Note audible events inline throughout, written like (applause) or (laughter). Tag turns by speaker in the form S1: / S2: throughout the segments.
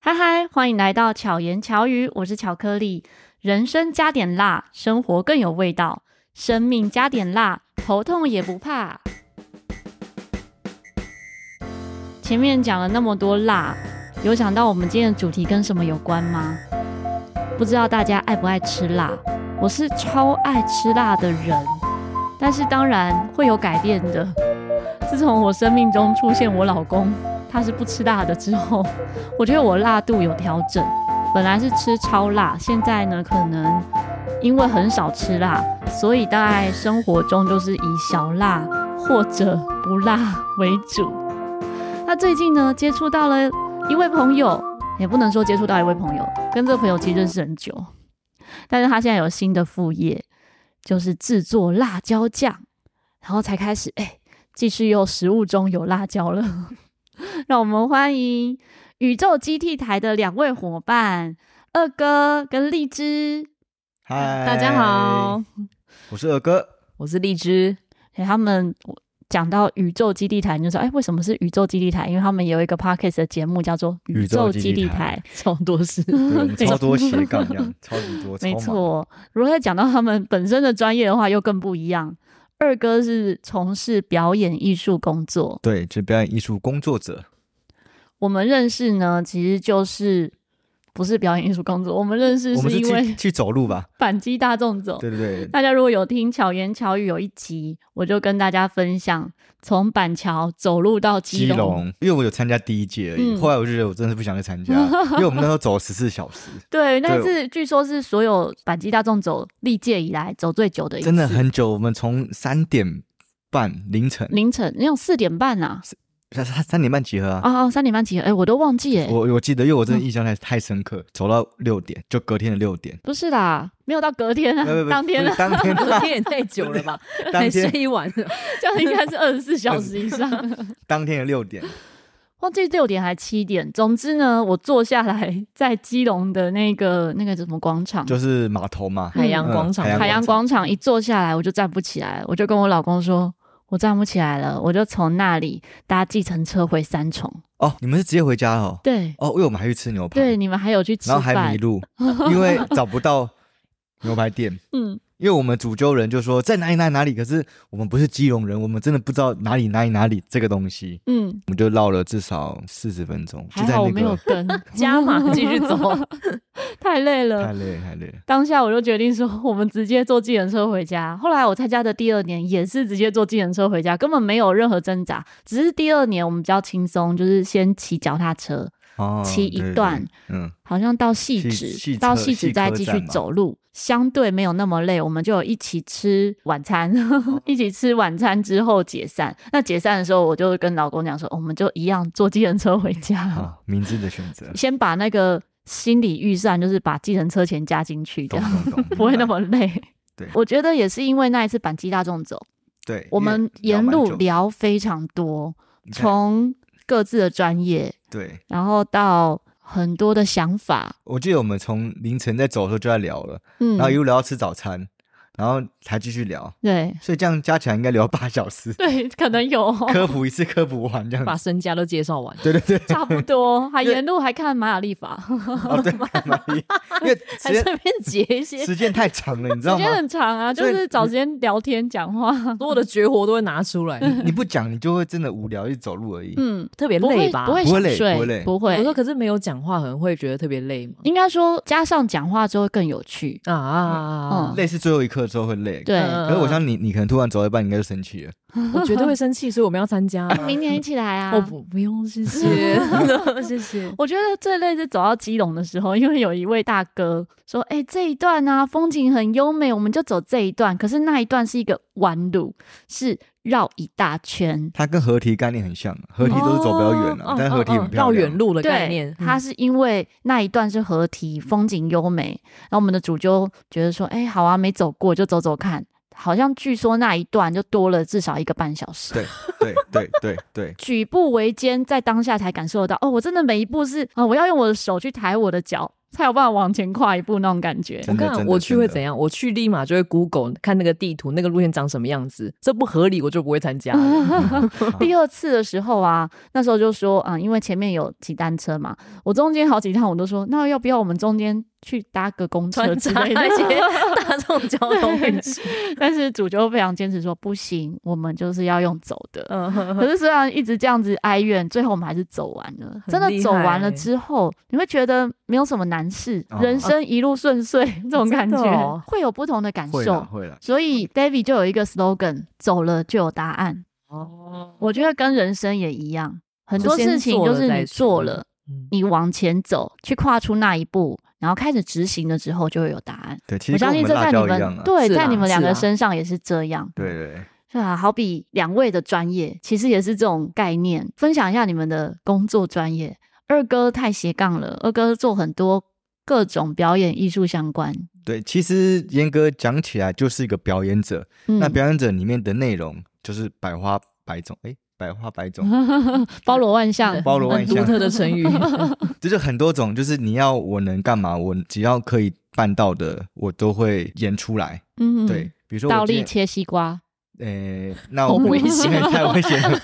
S1: 嗨嗨，欢迎来到巧言巧语，我是巧克力。人生加点辣，生活更有味道；生命加点辣，头痛也不怕。前面讲了那么多辣，有想到我们今天的主题跟什么有关吗？不知道大家爱不爱吃辣？我是超爱吃辣的人，但是当然会有改变的。自从我生命中出现我老公，他是不吃辣的之后，我觉得我辣度有调整。本来是吃超辣，现在呢可能因为很少吃辣，所以大概生活中就是以小辣或者不辣为主。那最近呢接触到了一位朋友，也不能说接触到一位朋友，跟这个朋友其实认识很久，但是他现在有新的副业，就是制作辣椒酱，然后才开始哎，继续又食物中有辣椒了。 (laughs) 让我们欢迎宇宙基地台的两位伙伴二哥跟荔枝，
S2: 嗨，
S3: 大家好，，
S2: 我是
S1: (laughs)
S2: 二哥。
S3: 我是荔枝。
S1: 哎、他们讲到宇宙基地台，你就说哎、为什么是宇宙基地台？因为他们有一个 podcast 的节目叫做《宇
S2: 宇宙
S1: 宙
S2: 基
S1: 基
S2: 地
S1: 地
S2: 台
S1: 台
S3: 超多
S2: (laughs)
S3: 事，
S2: 对我们
S1: 对
S2: 超多斜杠这样，超级多，》，
S1: 没
S2: 超忙，
S1: 错。如果再讲到他们本身的专业的话，又更不一样。二哥是从事表演艺术工作，
S2: 对，就表演艺术工作者，
S1: 我们认识呢，其实就是不是表演艺术工作，我们认识
S2: 我们
S1: 是
S2: 是
S1: 因
S2: 去
S1: 为
S2: 去走路
S1: (laughs)
S2: 吧，
S1: 反击大众走。
S2: 对对对，
S1: 大家如果有听巧言巧语有一集，我就跟大家分享从板桥走路到基
S2: 基
S1: 隆。
S2: 隆，因为我有参加第一届而已，
S1: 嗯
S2: 后来我就觉得我真的是不想
S1: (laughs)
S2: 再参加，因为我们那时候走十四小时，
S1: 对，那
S2: 对
S1: 是据说是所有板机大众走历届以来走最久的一次，
S2: 真的很久，我们从三点半凌晨，
S1: 凌晨，那种四点半啊，
S2: 三三点半集合啊，
S1: 啊、哦，三嗯点半集合，哎，我都忘记哎，
S2: 我我记得，因为我真的印象太太深刻，走到六点，就隔天的
S1: (laughs)
S2: 六点，
S1: 不是啦，没有到隔天啊
S2: 不不，不
S1: 当天
S2: 不
S1: 啊
S2: 是，当天
S3: 昨天也太久了
S1: (laughs)
S3: 吧？
S2: 当
S3: 才 (laughs)
S2: 天
S3: 睡一晚了，
S1: 这样应该是二十四小时以上， (laughs)
S2: 当天的六点，
S1: 忘记六点还七点。总之呢，我坐下来在基隆的那个那个什么广场，
S2: 就是码头嘛，
S3: 海洋广场
S2: 嗯，
S1: 海洋广场一坐下来，我就站不起来了，我就跟我老公
S2: (laughs)
S1: 说，我站不起来了，我就从那里搭计程车回三重。
S2: 哦，你们是直接回家了哦，
S1: 对
S2: 哦，因为我们还去吃牛排，
S1: 对，你们还有去吃
S2: 然后
S1: 饭，
S2: 还迷路，因为找不
S1: (laughs)
S2: 到牛排店。
S1: 嗯，
S2: 因为我们主揪人就说在哪里哪里哪里，可是我们不是基隆人，我们真的不知道哪里哪里哪里这个东西，
S1: 嗯，
S2: 我们就绕了至少四十分钟，就
S1: 还
S2: 在
S1: 好我
S2: 那
S1: 没有
S2: 个
S1: 跟，
S2: (laughs)
S3: 加码继续走，
S1: 太累
S2: 太
S1: 了。
S2: 累了太累了，
S1: 当下我就决定说，我们直接坐计程车回家。后来我参加的第二年也是直接坐计程车回家，根本没有任何挣扎。只是第二年我们比较轻松，就是先骑脚踏车，
S2: 哦，
S1: 骑
S2: 对
S1: 一
S2: 对
S1: 段，
S2: 嗯，
S1: 好像到细
S2: 细
S1: 致，
S2: 细
S1: 到
S2: 车
S1: 细
S2: 细
S1: 致再
S2: 科
S1: 继续
S2: 站嘛
S1: 走路，相对没有那么累，我们就有一起吃晚餐，
S2: 哦
S1: 一起吃晚餐之后解散。那解散的时候，我就跟老公讲说，哦我们就一样坐计程车回家，，
S2: (laughs) 好，明智的选择
S1: (laughs) 先把那个心理预算就是把计程车钱加进去，这
S2: 懂
S1: 样 (laughs)
S2: 懂懂，
S1: 不会那
S2: 明
S1: 么
S2: 白
S1: 累。
S2: 对
S1: 我觉得也是因为那一次板机大众走，
S2: (laughs) 对，
S1: 我
S2: 因为
S1: 们
S2: 聊
S1: 沿
S2: 蛮
S1: 路
S2: 久的
S1: 聊非常多，
S2: 你看
S1: 从各自的专业，
S2: 对，
S1: 然后到很多的想法。
S2: 我记得我们从凌晨在走的时候就在聊了，
S1: 嗯，
S2: 然后一路聊到吃早餐，然后还继续聊，
S1: 对，
S2: 所以这样加起来应该聊八小
S1: (laughs)
S2: 时，
S1: 对，可能有、
S2: 科普一次科普完这样
S3: 把
S2: 子，
S3: 身家都介绍完。
S1: (laughs)
S2: 对对对，
S1: 差不多。还
S2: 因为
S1: 沿路还看玛雅历
S2: (laughs)
S1: 法，
S2: 哦对，蛮
S1: (laughs)
S2: 厉因为
S3: 还
S2: 时
S3: 顺
S2: 间
S3: 便截一些，
S2: 时间太长了，你知
S1: 时
S2: 道
S1: 间
S2: 吗？
S1: 很长啊，就
S2: 所以
S1: 是找时间聊天讲话，
S3: 所有的绝活都会拿出来，
S2: 你不讲，你就会真的无聊，一直走路而已。
S1: 嗯，
S3: 特别
S1: 不会
S3: 累吧？
S1: 不会
S2: 不会
S1: 想
S2: 累
S1: 睡
S2: 不会累
S1: 不
S3: 我
S1: 会
S3: 说。可是没有讲话，可能会觉得特别累嘛。
S1: 应该说加上讲话之后更有趣，
S3: 啊，
S2: 累是最后一刻的时候会累，
S1: 嗯对。
S3: 嗯
S2: 可是我想你，你可能突然走到一半，你应该就生气了。
S3: 我绝对会生气，所以我们要参加
S1: (laughs)
S3: 啊。
S1: 明年一起来啊！
S3: 我不不用，
S1: (laughs)
S3: 谢谢，谢谢。
S1: 我觉得最累是走到基隆的时候，因为有一位大哥说：“哎、这一段啊，风景很优美，我们就走这一段。”可是那一段是一个弯路，是绕一大圈。
S2: 它跟合体概念很像， (laughs) 啊
S1: 哦
S2: 合体都是走比较远啊
S3: 哦，
S2: 但是合体
S3: 哦
S2: 很
S3: 哦
S2: 漂亮。
S3: 绕远路的
S1: 对，
S3: 概念，嗯
S1: 它是因为那一段是合体，风景优美，然后我们的主就觉得说，哎、好啊，没走过就走走看。好像据说那一段就多了至少一个半小时。
S2: 对对对对
S1: (laughs)
S2: 对，
S1: 举步维艰，在当下才感受得到哦，我真的每一步是啊、呃我要用我的手去抬我的脚，才有办法往前跨一步那种感觉。
S2: 真的
S3: 看
S2: 真的
S3: 我去会
S2: 真的
S3: 怎样？我去立马就会 Google 看那个地图，那个路线长什么样子，这不合理我就不会参加了。
S1: (laughs)
S2: 嗯
S1: 第二次的时候啊，那时候就说，嗯，因为前面有骑单车嘛，我中间好几趟我都说，那要不要我们中间去搭个公车之类的？
S3: (laughs) 大众交通
S1: (laughs)
S3: 运输，
S1: 但是主就非常坚持说不行，我们就是要用走的。
S3: 嗯，
S1: 可是虽然一直这样子哀怨，最后我们还是走完了。
S3: 很
S1: 真的
S3: 厉
S1: 走完了
S3: 害
S1: 之后，你会觉得没有什么难事，
S2: 哦
S1: 人生一路顺遂，这种感
S3: 真的
S1: 觉
S3: 哦
S1: 会有不同的感
S2: 会
S1: 受
S2: 啦。会啦，
S1: 所以 David 就有一个 slogan：走了就有答案。
S3: 哦，
S1: 我觉得跟人生也一样，很
S3: 就
S1: 多
S3: 先
S1: 事情
S3: 做
S1: 就
S3: 了
S1: 是
S3: 再
S1: 你做
S3: 说
S1: 了，
S3: 嗯
S1: 你往前走，去跨出那一步，然后开始执行了之后，就会有答案。
S2: 对，其
S1: 我
S2: 实跟
S1: 相
S2: 我
S1: 信
S2: 们
S1: 这
S2: 辣
S1: 在你
S2: 椒一
S1: 们、
S2: 样啊，
S1: 对，
S3: 是
S1: 在
S3: 啊
S1: 你们两
S3: 是
S1: 个
S3: 啊
S1: 身上也是这样。
S2: 对对对。
S1: 是啊，好比两位的专业其实也是这种概念。分享一下你们的工作专业。二哥太斜杠了，二哥做很多各种表演艺术相关。
S2: 对，其实严格讲起来就是一个表演者，
S1: 嗯
S2: 那表演者里面的内容就是百花百种，哎，百花百种，
S1: 包罗万象，
S2: 包罗万
S3: 嗯很独
S2: 象，
S3: 特
S1: (laughs)
S3: 的成语，
S2: 这就很多种，就是你要我能干嘛，我只要可以办到的，我都会演出来。
S1: 嗯，
S2: 对，，比如说
S1: 倒
S2: 我今
S1: 立
S2: 天
S1: 切西瓜，
S2: 诶，那
S3: 好
S2: 我
S3: 危险
S2: (laughs) 太危险
S3: (laughs)
S2: 了。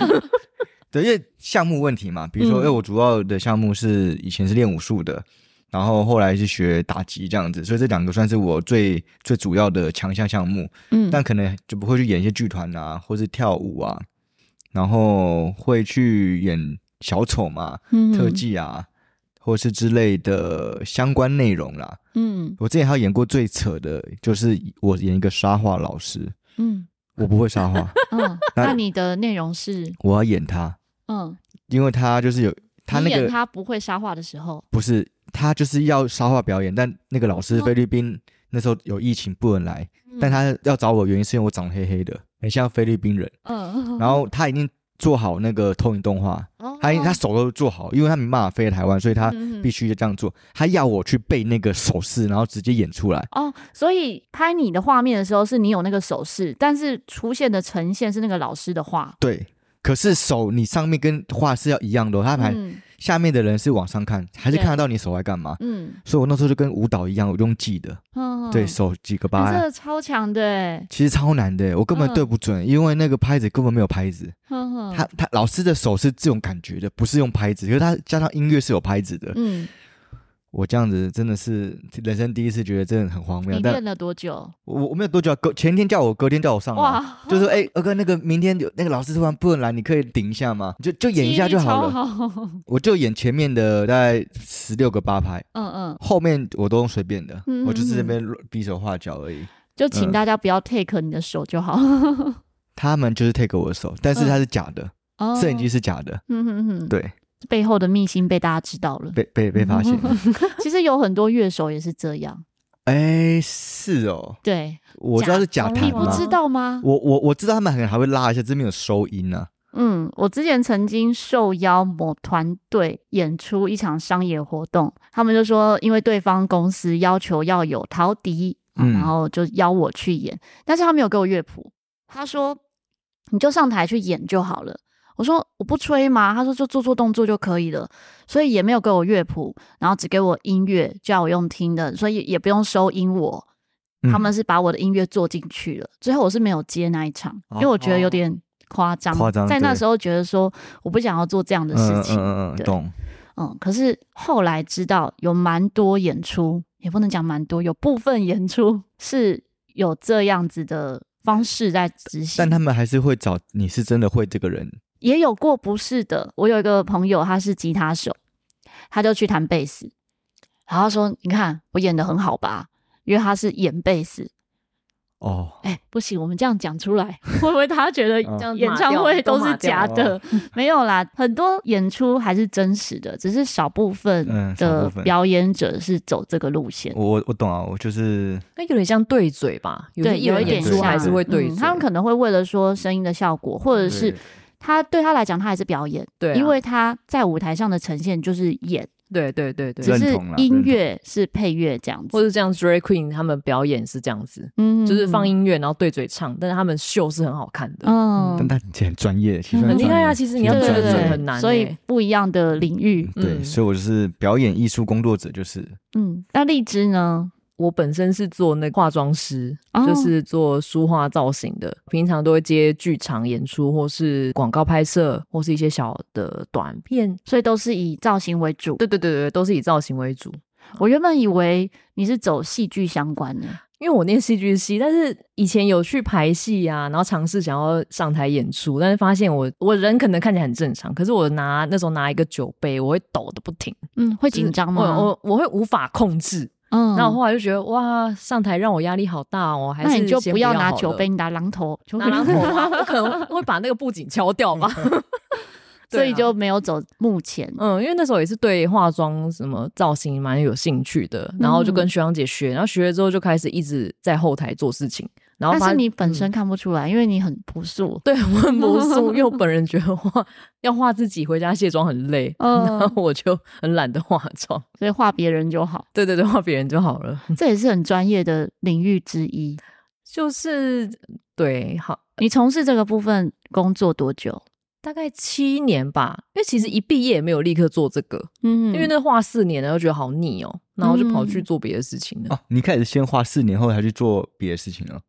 S2: 对，因为项目问题嘛，比如说，
S1: 嗯
S2: 因为我主要的项目是以前是练武术的，然后后来是学打击这样子，所以这两个算是我最最主要的强项项目。
S1: 嗯，
S2: 但可能就不会去演一些剧团啊，或是跳舞啊，然后会去演小丑嘛、特
S1: 特，
S2: 技啊，或是之类的相关内容啦。
S1: 嗯
S2: 我之前还有演过最扯的，就是我演一个沙画老师，
S1: 嗯
S2: 我不会沙画。
S1: (laughs)
S2: (laughs)
S1: 嗯，
S2: 那
S1: 那你的内容是，
S2: 我要演他，
S1: 嗯，
S2: 因为他就是有他
S1: 你
S2: 那
S1: 演
S2: 个
S1: 他不会沙画的时候，
S2: 不是他就是要沙画表演，但那个老师
S1: 哦
S2: 菲律宾那时候有疫情不能来，
S1: 嗯
S2: 但他要找我的原因是因为我长得黑黑的，很像菲律宾人。
S1: 嗯，哦
S2: 然后他已经做好那个投影动画，
S1: 后
S2: 他已啊他手都做好，因为他没办法飞来台湾，所
S1: 嗯
S2: 以他必须就这样做。他要我去背那个手势，然后直接演出来。
S1: 哦，所以拍你的画面的时候是你有那个手势，但是出现的呈现是那个老师的画，
S2: 对，可是手你上面跟画是要一样的哦、他还
S1: 嗯
S2: 下面的人是往上看，还是
S1: 对
S2: 看得到你手在干嘛？
S1: 嗯
S2: 所以我那时候就跟舞蹈一样，我就用记的，
S1: 嗯，
S2: 对
S1: 嗯
S2: 手几个
S1: 你
S2: 八
S1: 这。个超强的欸，
S2: 其实超难的，我根本
S1: 嗯
S2: 对不准，因为那个拍子根本没有拍子。
S1: 哼哼
S2: 他他老师的手是这种感觉的，不是用拍子，因为他加上音乐是有拍子的。
S1: 嗯，
S2: 我这样子真的是人生第一次觉得真的很荒谬
S1: 你，
S2: 但
S1: 练了多久？
S2: 我我没有多久啊，隔前天叫我，隔天叫我上来，
S1: 哇，
S2: 就说哎、二哥，那个明天有那个老师突然不能来，你可以顶一下吗？就就演一下就好了，
S1: 记忆力超好
S2: 我就演前面的大概十六个八拍，
S1: 嗯嗯，
S2: 后面我都用随便的，
S1: 嗯
S2: 我就是那边乱比手画脚而已。
S1: 就请
S2: 嗯
S1: 大家不要 take 你的手就好。
S2: 他们就是 take 我的手，但是他是假的，
S1: 哦
S2: 摄影机，是假的，
S1: 嗯哼哼，
S2: 对，
S1: 背后的秘辛被大家知道了。
S2: 被被被发现。
S1: (laughs) 其实有很多乐手也是这样，
S2: 哎、是哦，
S1: 对，
S2: 我知道是假
S1: 哦
S2: 弹
S1: 你不
S2: 嘛，
S1: 知道吗？
S2: 我我我知道他们可能还会拉一下，这边有收音啊。
S1: 嗯，我之前曾经受邀某团队演出一场商业活动，他们就说因为对方公司要求要有陶笛，啊
S2: 嗯
S1: 然后就邀我去演，但是他没有给我乐谱，他说你就上台去演就好了。我说我不吹嘛，他说就做做动作就可以了，所以也没有给我乐谱，然后只给我音乐，叫我用听的，所以也不用收音我。
S2: 嗯
S1: 他们是把我的音乐做进去了，最后我是没有接那一场，因为我觉得有点夸张，
S2: 哦夸张
S1: 在那
S2: 对
S1: 时候觉得说我不想要做这样的事情，嗯
S2: 嗯嗯嗯，
S1: 对
S2: 懂。
S1: 可是后来知道有蛮多演出，也不能讲蛮多，有部分演出是有这样子的方式在执行，
S2: 但他们还是会找你是真的会这个人，
S1: 也有过不是的。我有一个朋友，他是吉他手，他就去弹贝斯，然后说：“你看我演的很好吧？”因为他是演贝斯，
S2: 哦，
S1: 哎、不行，我们这样讲出来，会不会他觉得
S2: 嗯
S1: 演唱会都是假的 (laughs)
S2: 都？
S1: 没有啦，很多演出还是真实的，只是少部分
S2: 嗯少
S1: 的
S2: 部分
S1: 表演者是走这个路线。
S2: 我我我懂啊，我就是
S3: 那有点像对嘴吧？有
S1: 对，
S3: 些艺人
S1: 有一点
S3: 演出
S1: 像，
S3: 还是会对
S1: 嗯
S3: 嘴，
S1: 他们可能会为了说声音的效果，或者是
S2: 对
S1: 他对他来讲，他还是表演，
S3: 对啊，
S1: 因为他在舞台上的呈现就是演，
S3: 对对对对，
S1: 只
S2: 认
S1: 是
S2: 同啦
S1: 音
S2: 认同
S1: 乐是配乐这样
S3: 或
S1: 子，
S3: 者像 Drag Queen 他们表演是这样子，
S1: 嗯
S3: 就是放，音乐然后对嘴唱，但是他们秀是很好看的。
S1: 嗯
S2: 但他很专业，其实
S1: 嗯
S3: 很厉害啊
S2: 专业
S3: 其实你要
S2: 很
S3: 对
S1: 对
S3: 对
S1: 对
S2: 专业
S3: 对
S1: 对，
S3: 很难
S1: 所以
S3: 欸
S1: 不一样的领域，
S2: 对，
S3: 嗯
S2: 所以我就是表演艺术工作者，就是
S1: 嗯，那荔枝呢？
S3: 我本身是做那个化妆师，
S1: 哦
S3: 就是做书画造型的，平常都会接剧场演出或是广告拍摄或是一些小的短片。
S1: 所以都是以造型为主。
S3: 对对对对，都是以造型为主。
S1: 我原本以为你是走戏剧相关的，
S3: 因为我念戏剧系，但是以前有去排戏啊，然后尝试想要上台演出，但是发现我我人可能看起来很正常，可是我拿那时候拿一个酒杯，我会抖的不停，
S1: 嗯，会
S3: 会
S1: 紧张吗？
S3: 我我我会无法控制，
S1: 嗯
S3: 那、我后来就觉得哇，上台让我压力好大哦，我还
S1: 那
S3: 是
S1: 你就
S3: 先
S1: 不
S3: 要
S1: 拿
S3: 好
S1: 酒
S3: 了
S1: 杯，，你拿榔头，球 (laughs)
S3: (laughs) 拿榔头啊，我可能会把那个布景敲掉吧。对
S1: 所以
S3: 啊
S1: 就没有走幕前。
S3: 嗯，因为那时候也是对化妆什么造型蛮有兴趣的，然后就
S1: 嗯
S3: 跟学长姐学，然后学了之后就开始一直在后台做事情，然后
S1: 但
S3: 发
S1: 是你本
S3: 嗯
S1: 身看不出来，因为你很朴
S3: (laughs)
S1: 素。
S3: 对，我很不素，因为我本人觉得画要画自己回家卸妆很累，
S1: 嗯
S3: 然后我就很懒得化妆。 (laughs)
S1: 所以画别人就好，
S3: 对对对，画别人就好了。
S1: 这也是很专业的领域之一。
S3: 就是对，好，
S1: 你从事这个部分工作多久？
S3: 大概七年吧，因为其实一毕业也没有立刻做这个，
S1: 嗯
S3: 因为那画四年，然后觉得好腻哦，然后就跑去做别的事情了。
S2: 哦，你开始先花四年后才去做别的事情了，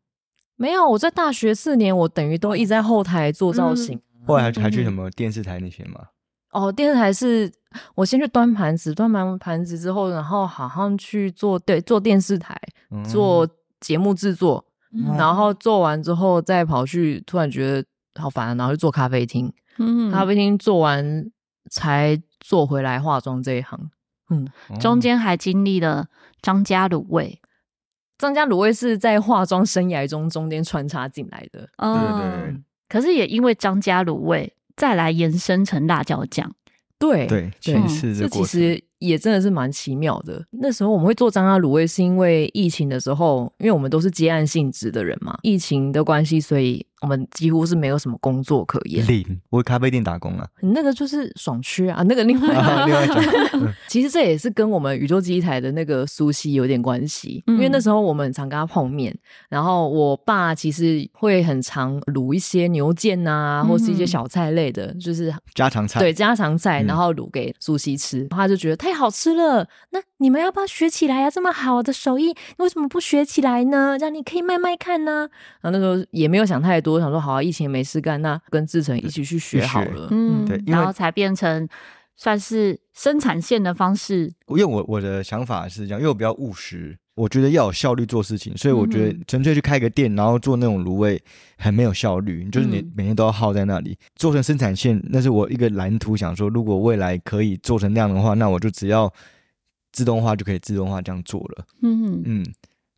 S3: 没有，我在大学四年，我等于都一直在后台做造型。
S2: 后来还还去
S1: 嗯
S2: 什么电视台那些嘛？
S3: 哦，电视台是我先去端盘子，端完盘子之后，然后好像去做对做电视台，
S2: 嗯
S3: 做节目制作，
S2: 嗯
S3: 然后做完之后再跑去，突然觉得好烦啊，然后去做咖啡厅，
S1: 嗯
S3: 咖啡厅做完才做回来化妆这一行。
S2: 哦
S1: 中间还经历了张家卤味，
S3: 张家卤味是在化妆生涯中中间穿插进来的，
S2: 对
S1: 嗯，
S2: 对
S1: 可是也因为张家卤味再来延伸成辣椒酱，
S3: 对
S2: 对，
S3: 对
S2: 前世
S3: 这
S2: 这过
S3: 其
S2: 程
S3: 实也真的是蛮奇妙的。那时候我们会做张家卤味，是因为疫情的时候，因为我们都是接案性质的人嘛，疫情的关系，所以我们几乎是没有什么工作可言。
S2: 零，我咖啡店打工
S3: (laughs)
S2: 了，
S3: 那个就是爽区啊，那
S2: (laughs)
S3: 个另外一个
S2: 啊另外讲，嗯
S3: 其实这也是跟我们宇宙机台的那个苏西有点关系，
S1: 嗯
S3: 因为那时候我们很常跟他碰面，然后我爸其实会很常卤一些牛腱啊，
S1: 嗯
S3: 或是一些小菜类的，就是
S2: 家常菜
S3: 对家常菜，
S2: 嗯
S3: 然后卤给苏西吃，他就觉得太好吃了。那你们要不要学起来呀、啊这么好的手艺，为什么不学起来呢？让你可以卖卖看呢、然后那时候也没有想太多，想说好、啊，疫情也没事干，那跟志成一起去学好了。
S1: 嗯，
S2: 对因为
S1: 然后才变成算是生产线的方式，
S2: 因为我我的想法是这样，因为我比较务实，我觉得要有效率做事情，所以我觉
S1: 嗯
S2: 得纯粹去开个店，然后做那种卤味很没有效率，就是你
S1: 嗯
S2: 每天都要耗在那里，做成生产线，那是我一个蓝图，想说如果未来可以做成那样的话，那我就只要自动化就可以自动化这样做了，
S1: 嗯，
S2: 嗯。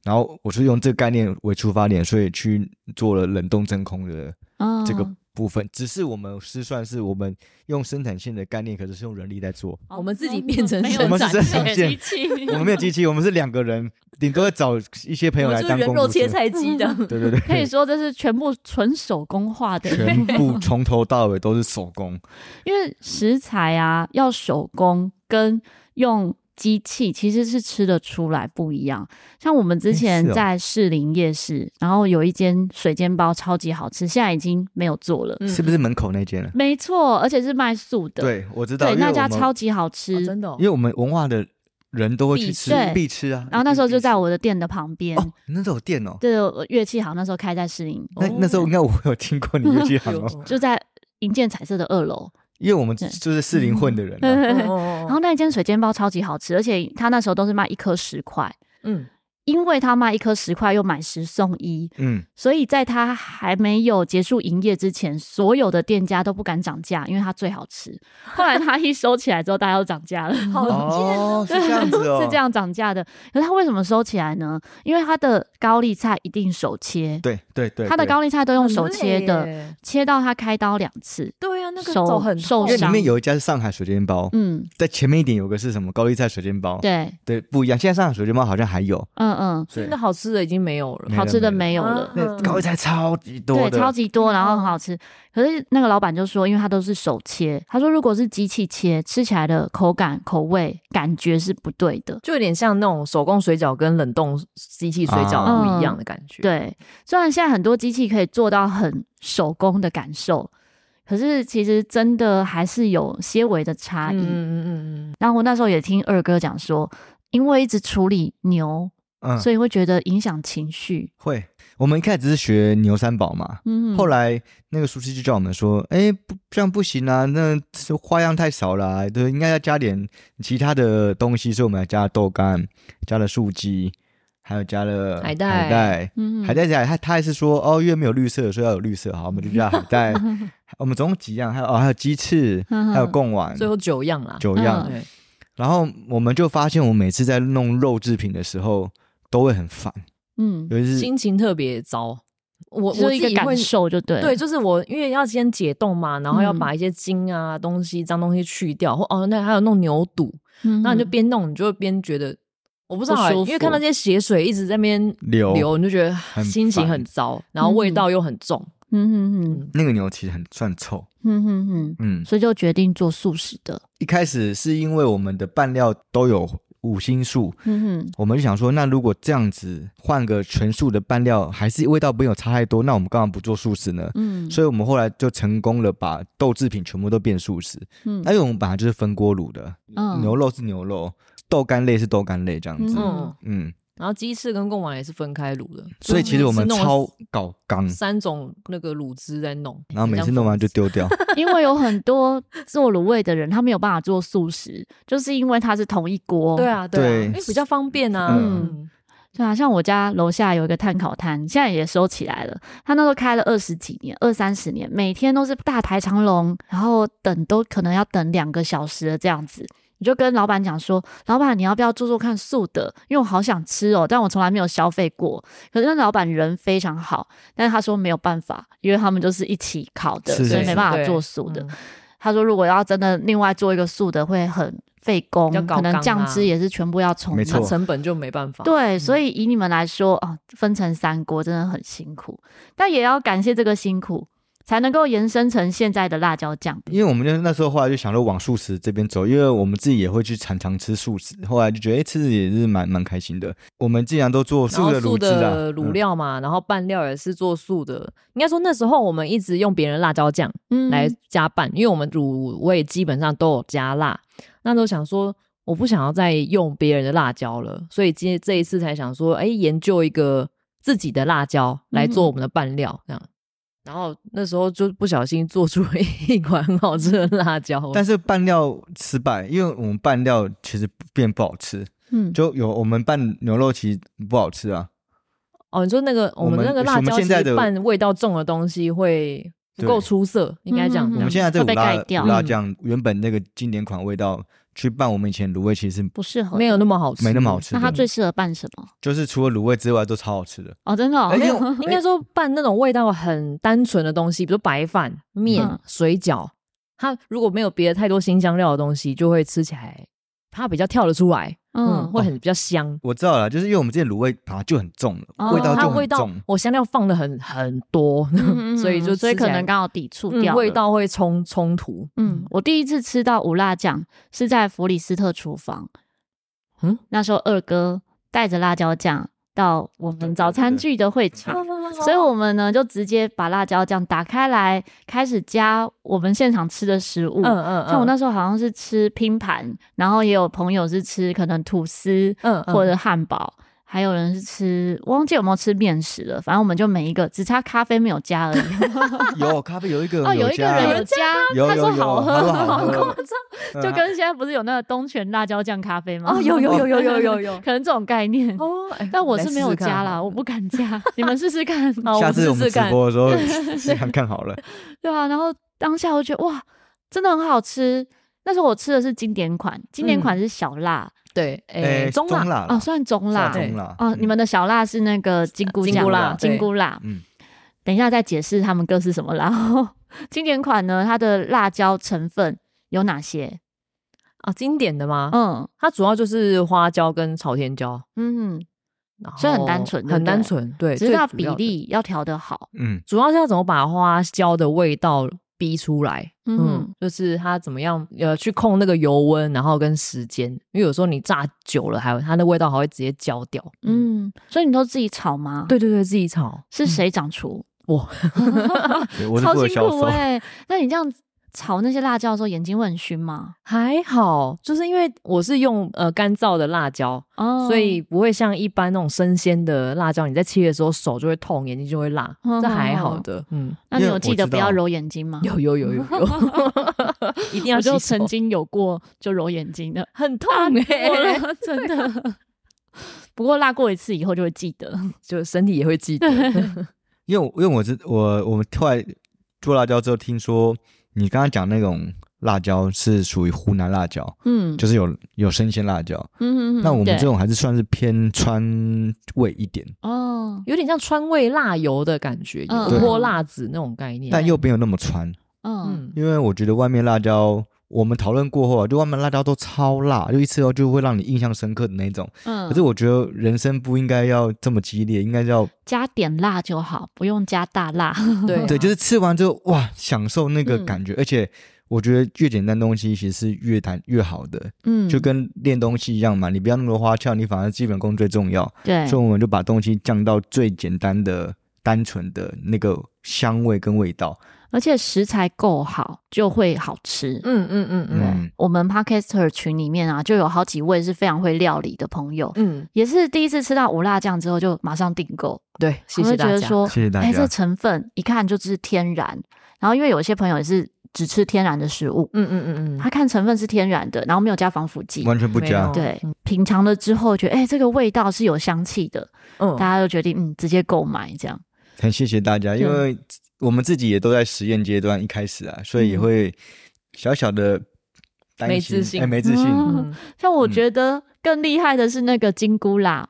S2: 然后我是用这个概念为出发点，所以去做了冷冻真空的
S1: 哦
S2: 嗯这个部分。只是我们是算是我们用生产线的概念，可是是用人力在做。
S1: 哦
S3: 我们自己变成
S1: 没有
S2: 生产线
S1: 机器，
S2: (laughs) 我们没有机器，我们是两个人，顶多找一些朋友
S3: 我
S2: 来
S3: 们就
S2: 当
S3: 是人
S2: 工
S3: 肉
S2: 读
S3: 切
S2: 生。
S3: 菜机
S1: (laughs)
S3: 的， (laughs)
S2: 对对对，
S1: 可以说这是全部纯手工化的，
S2: 全部从头到尾都是手工。
S1: 因为食材啊要手工跟用机器其实是吃得出来不一样。像我们之前
S2: 是哦
S1: 在士林夜市，然后有一间水煎包超级好吃，现在已经没有做了。
S3: 嗯
S2: 是不是门口那间了？
S1: 没错，而且是卖素的，
S2: 对，我知道，
S1: 对，
S2: 因为
S1: 那家
S2: 我们
S1: 超级好吃。
S3: 哦真的、哦
S2: 因为我们文化的人都会去
S3: 必
S2: 吃
S1: 对，
S2: 必吃啊。
S1: 然后那时候就在
S2: 我
S1: 我的店的旁边，
S2: 哦，那时候有店哦，
S1: 对，哦我乐器行那时候开在士林，
S2: 那那时
S3: 哦
S2: 候应该我有听过你乐器行
S1: (laughs)
S2: 哦，
S1: 就在银建彩色的二楼。
S2: 因为我们
S1: 对
S2: 就是士林混的人
S1: (laughs)
S2: 啊。
S1: 然
S3: 然
S1: 后那间水煎包超级好吃，而且他那时候都是卖一颗十块，
S3: 嗯，
S1: 因为他卖一颗十块又买十送一， (laughs)
S2: 嗯，
S1: 所以在他还没有结束营业之前，所有的店家都不敢涨价，因为它最好吃。后来他一收起来之后，大家都涨价了。 (laughs)
S2: 哦，是这样子哦，
S1: 是这。样涨价的，可是它为什么收起来呢？因为它的高丽菜一定手切，
S2: 对对对，
S1: 它的
S2: 对
S1: 高丽菜都用手切
S3: 很累
S1: 的，
S3: 耶，
S1: 切到它开刀两次。
S3: 嗯对啊，那个
S1: 手
S3: 手很
S1: 受
S2: 因为
S3: 痛
S2: 里面有一家是上海水煎包，
S1: 嗯，
S2: 在前面一点有个是什么高丽菜水煎包，
S1: 对，
S2: 对，不一样。现在上海水煎包好像还有，
S1: 嗯嗯，
S2: 对
S3: 那，好吃的已经没有了
S2: 没。
S1: 好吃的没有
S3: 了
S1: 了。
S2: 那高丽菜超级多
S1: 嗯对，
S2: 的，
S3: 哦
S1: 超级多，然后很好吃。可是那个老板就说，因为他都是手切，他说如果是机器切，吃起来的口感、口味、感觉是不对的。
S3: 就有点像那种手工水饺跟冷冻机器水饺
S2: 啊
S3: 不一样的感觉。，
S1: 对，虽然现在很多机器可以做到很手工的感受，可是其实真的还是有些微的差异。
S3: 嗯嗯嗯嗯
S1: 然后我那时候也听二哥讲说，因为一直处理牛，
S2: 嗯，
S1: 所以会觉得影响情绪。
S2: 会。我们一开始只是学牛三宝嘛，
S1: 嗯，
S2: 后来那个书记就叫我们说，哎，不这样不行啊，那这花样太少了啊、对，应该要加点其他的东西，所以我们还加了豆干，加了素鸡，还有加了
S3: 海带
S2: 海带
S1: 嗯
S2: 海带起来，他他还是说哦，因为没有绿色，所以要有绿色。好，我们就加海
S1: (laughs)
S2: 带。我们总共几样？还有哦，还有鸡翅，
S1: 嗯
S2: 还有贡丸
S3: 嗯，，最后九样啦。
S2: 九样
S1: 嗯。
S3: 对，
S2: 然后我们就发现，我每次在弄肉制品的时候都会很烦，
S1: 嗯，
S2: 尤其是
S3: 心情特别糟。我
S1: 就
S3: 我
S1: 是一个
S3: 自己会
S1: 感受就对。
S3: 对，，就是我因为要先解冻嘛，然后要
S1: 嗯
S3: 把一些筋啊、东西、脏东西去掉，或哦，那还有弄牛肚，
S1: 嗯
S3: 那你就边弄，你就会边觉得我不知道
S1: 不
S3: 欸、
S1: 舒
S3: 因为看
S1: 服
S3: 到那些血水一直在那边
S2: 流
S3: 流，你就觉得
S2: 很
S3: 心情
S2: 烦
S3: 很糟，然后味
S1: 嗯
S3: 道又很重。
S1: 嗯嗯
S2: 那个牛其实很算臭，
S1: 嗯嗯嗯
S2: 嗯
S1: 嗯，，所以就决定做素食的。
S2: 一开始是因为我们的拌料都有五星素，
S1: 嗯嗯
S2: 我们就想说，那如果这样子换个全素的拌料，还是味道没有差太多，那我们干嘛不做素食呢？
S1: 嗯，
S2: 所以我们后来就成功了，把豆制品全部都变素食。
S1: 嗯
S2: 那因为我们本来就是分锅卤的，
S1: 嗯
S2: 哎牛肉是牛肉，豆干类是豆干类这样子。
S1: 嗯
S3: 嗯，
S2: 嗯，
S3: 然后鸡翅跟贡丸也是分开卤的，
S2: 所以其实我们
S3: 就是每次弄
S2: 超
S3: 了
S2: 搞刚，
S3: 三种那个卤汁在弄，
S2: 然后每次弄完就丢掉。
S3: (laughs)
S1: 因为有很多做卤味的人，他没有办法做素食，就是因为它是同一锅。
S3: 对，啊对啊，
S2: 对
S3: 因为比较方便啊。
S1: 嗯
S3: 嗯，
S1: 对啊，像我家楼下有一个炭烤摊，现在也收起来了。他那时候开了二十几年，二三十年，每天都是大排长龙，然后等都可能要等两个小时的这样子。你就跟老板讲说，老板你要不要做做看素的？因为我好想吃哦，但我从来没有消费过。可是那老板人非常好，但是他说没有办法，因为他们就是一起烤的，
S2: 是
S1: 所以
S2: 是
S1: 没办法
S3: 对
S1: 做素的。
S3: 嗯
S1: 他说如果要真的另外做一个素的，会很费工，
S3: 要搞
S1: 可能
S3: 纲
S1: 酱
S3: 啊
S1: 汁也是全部要重
S2: 没
S1: 弄
S2: 错
S3: 那成本就没办法。
S1: 对，啊所
S3: 以
S1: 以以你们来说啊，分成三锅真的很辛苦，但也要感谢这个辛苦，才能够延伸成现在的辣椒酱。
S2: 因为我们就那时候后来就想说往素食这边走，因为我们自己也会去常常吃素食，后来就觉得哎、诶吃的也是蛮蛮开心的。我们既然都做
S3: 然
S2: 素
S3: 后
S2: 的
S3: 素
S2: 卤汁啊，
S3: 的卤料嘛，然后拌料也是做素的。应该说那时候我们一直用别人的辣椒酱
S1: 嗯
S3: 来加拌，因为我们卤味基本上都有加辣。那时候想说，我不想要再用别人的辣椒了，所以今这一次才想说，哎，研究一个自己的辣椒来做
S2: 嗯
S3: 我们的拌料，这样。然后那时候就不小心做出了一款很好吃的辣椒，
S2: 但是拌料失败，因为我们拌料其实变不好吃，
S1: 嗯，
S2: 就有我们拌牛肉其实不好吃啊，
S3: 哦，你说那个我
S2: 我
S3: 们
S2: 们
S3: 那个辣
S2: 我们
S3: 椒
S2: 现
S3: 其
S2: 在
S3: 实
S2: 的
S3: 拌味道重的东西会不够
S2: 对
S3: 出色，应该这样
S1: 嗯
S3: 讲。
S2: 我们现在这
S1: 会被
S2: 五辣
S1: 盖掉
S2: 五
S3: 嗯
S2: 辣酱原本那个经典款味道去拌我们以前卤味，其实
S1: 不适合，
S3: 没有那么好吃，
S2: 没那么好。吃
S1: 那
S2: 的。
S1: 它最适合拌什么？
S2: 就是除了卤味之外都超好吃的，哎
S1: 哦，真的、哦
S2: 而，且我
S3: (laughs) 应该说拌那种味道很单纯的东西，比如白饭、面、
S1: 嗯
S3: 水饺，它如果没有别的太多新香料的东西，就会吃起来它比较跳得出来，嗯，
S1: 嗯，
S3: 会很比较香。
S2: 我知道了，就是因为我们之前卤味本来就很重
S1: 哦
S2: 了，味道
S3: 它
S2: 就
S3: 味
S2: 很
S3: 道
S2: 重，
S3: 我香料放的很很多， (laughs)
S1: (laughs) 嗯嗯嗯
S3: 所以就
S1: 所以
S3: 吃起
S1: 可
S3: 来
S1: 能刚好抵触
S3: 嗯
S1: 掉、
S3: 味。道会冲冲突。
S1: 嗯，我第一次吃到无辣酱是在弗里斯特厨房，
S3: 嗯
S1: 那时候二哥带着辣椒酱到我们早餐剧的会场。所以
S3: 哦
S1: 我们呢就直接把辣椒酱打开来，开始加我们现场吃的食物。
S3: 嗯嗯，
S1: 像我
S3: 嗯
S1: 那时候好像是吃拼盘，然后也有朋友是吃可能吐司
S3: 嗯嗯
S1: 或者汉堡，还有人是吃，我忘记有没有吃面食了。反正我们就每一个只差咖啡没有加而
S2: (laughs)
S1: 已。
S2: 有咖啡有一个
S1: 哦，有一个
S2: 加
S1: 人有加，
S2: 有
S1: 他说
S2: 有有
S1: 好喝，
S2: 他
S1: (laughs)
S2: 说好喝
S1: 夸张，
S2: 嗯
S1: 就跟现在不是有那个东泉辣椒酱咖啡吗？
S3: 哦，有有有有有有有
S1: (laughs) 可能这种概念。
S3: 哦，哎
S1: 但我是没有加啦，，
S3: 来
S1: 我不敢加，你们试试看。
S3: 好
S2: 下次我们
S3: 试试
S2: 直
S3: 看
S2: 播的时
S1: (laughs)
S2: 候试看看好了。
S1: 对啊，然后当下我就觉得哇，真的很好吃。那时候我吃的是经典款，经典款是小辣
S3: 试对，哎，
S2: 诶
S3: 中嗯辣，
S2: 辣
S1: 哦，
S2: 啦，
S1: 算中辣
S2: 辣
S3: 算对
S2: 中辣
S1: 哦。你们的小辣是那个金菇
S3: 金
S1: 酱
S3: 菇
S1: 嘛
S3: 辣对
S1: 金菇辣。
S2: 嗯
S1: 等一下再解释他们各是什么辣。经典款呢，它的辣椒成分有哪些？
S3: 啊，经典的吗？
S1: 嗯
S3: 它主要就是花椒跟朝天椒，
S1: 嗯，
S3: 然后
S1: 所以很单纯对不
S3: 很单
S1: 对
S3: 纯，对，
S1: 只是它
S3: 最主
S1: 比
S3: 要的
S1: 例要调得好。
S2: 嗯，
S3: 主要是要怎么把花椒的味道逼出来。
S1: 嗯
S3: 嗯
S1: 哼，，
S3: 就是它怎么样呃去控那个油温，然后跟时间，因为有时候你炸久了，还有它的味道还会直接焦掉。嗯，
S1: 嗯，所以你都自己炒吗？，
S3: 对对对，自己炒
S1: 是谁掌厨？ (laughs)
S3: 哇，
S2: 对我是
S1: 超
S2: 负责
S1: 辛
S2: 销
S1: 苦
S2: 售，
S1: 哎、那你这样炒那些辣椒的时候，眼睛会很熏吗？
S3: 还好，就是因为我是用呃干燥的辣椒，
S1: 哦
S3: 所以不会像一般那种生鲜的辣椒，你在切的时候手就会痛，眼睛就会辣，
S1: 嗯
S3: 这还好的。嗯， (laughs)
S1: 那你
S2: 因为
S1: 有
S2: 我
S1: 记得
S2: 知
S1: 不要
S2: 道
S1: 揉眼睛吗？
S3: 有有有有有，一定要
S1: 我就
S3: 洗手
S1: 曾经有过就揉眼睛的，
S3: (laughs) 很 (laughs) 痛
S1: 辣
S3: 哎、
S1: 过 (laughs) 了，真的。不过辣过一次以后就会记得，
S3: 就身体也会记得。
S2: 因为我因为我知我我们后来做辣椒之后，听说你刚刚讲那种辣椒是属于湖南辣椒，
S1: 嗯，
S2: 就是有有生鲜辣椒。
S1: 嗯嗯嗯
S2: 那我们
S1: 对
S2: 这种还是算是偏川味一点，
S1: 哦，
S3: 有点像川味辣油的感觉，
S1: 嗯
S3: 油泼辣子那种概念。
S2: 但又没有那么川，
S1: 嗯，
S3: 嗯，
S2: 因为我觉得外面辣椒。我们讨论过后啊，就外面辣椒都超辣，就一吃后就会让你印象深刻的那种。
S1: 嗯，
S2: 可是我觉得人生不应该要这么激烈，应该要
S1: 加点辣就好，不用加大辣。
S3: 对
S2: 对，就是是吃完之后哇，享受那个
S1: 嗯
S2: 感觉。而且我觉得越简单东西其实是越难越好的，
S1: 嗯，
S2: 就跟练东西一样嘛，你不要那么多花俏，你反而基本功最重要。
S1: 对，
S2: 所以我们就把东西降到最简单的、单纯的那个香味跟味道。
S1: 而且食材够好就会好吃。
S3: 嗯嗯嗯嗯
S2: 嗯，
S1: 我们 podcaster 群里面啊，就有好几位是非常会料理的朋友，
S3: 嗯，
S1: 也是第一次吃到无辣酱之后就马上订购，
S3: 对，谢谢
S1: 他
S3: 大
S1: 会觉得
S3: 家。
S1: 说，
S2: 谢谢大
S1: 哎，
S2: 家
S1: 这成分一看就是天然。然后因为有些朋友也是只吃天然的食物，
S3: 嗯嗯嗯
S1: 他看成分是天然的，然后没有加防腐剂。
S2: 嗯完全不加
S3: 没有。
S1: 对，品尝了之后觉得，哎、这个味道是有香气的，
S3: 嗯
S1: 大家就决定，嗯，直接购买这样。
S2: 很谢谢大家，因为我们自己也都在实验阶段一开始啊，所以也会小小的担心
S3: 没自信
S2: 哎，没自信。
S1: 嗯
S3: 嗯，
S1: 像我觉得更厉害的是那个金菇啦，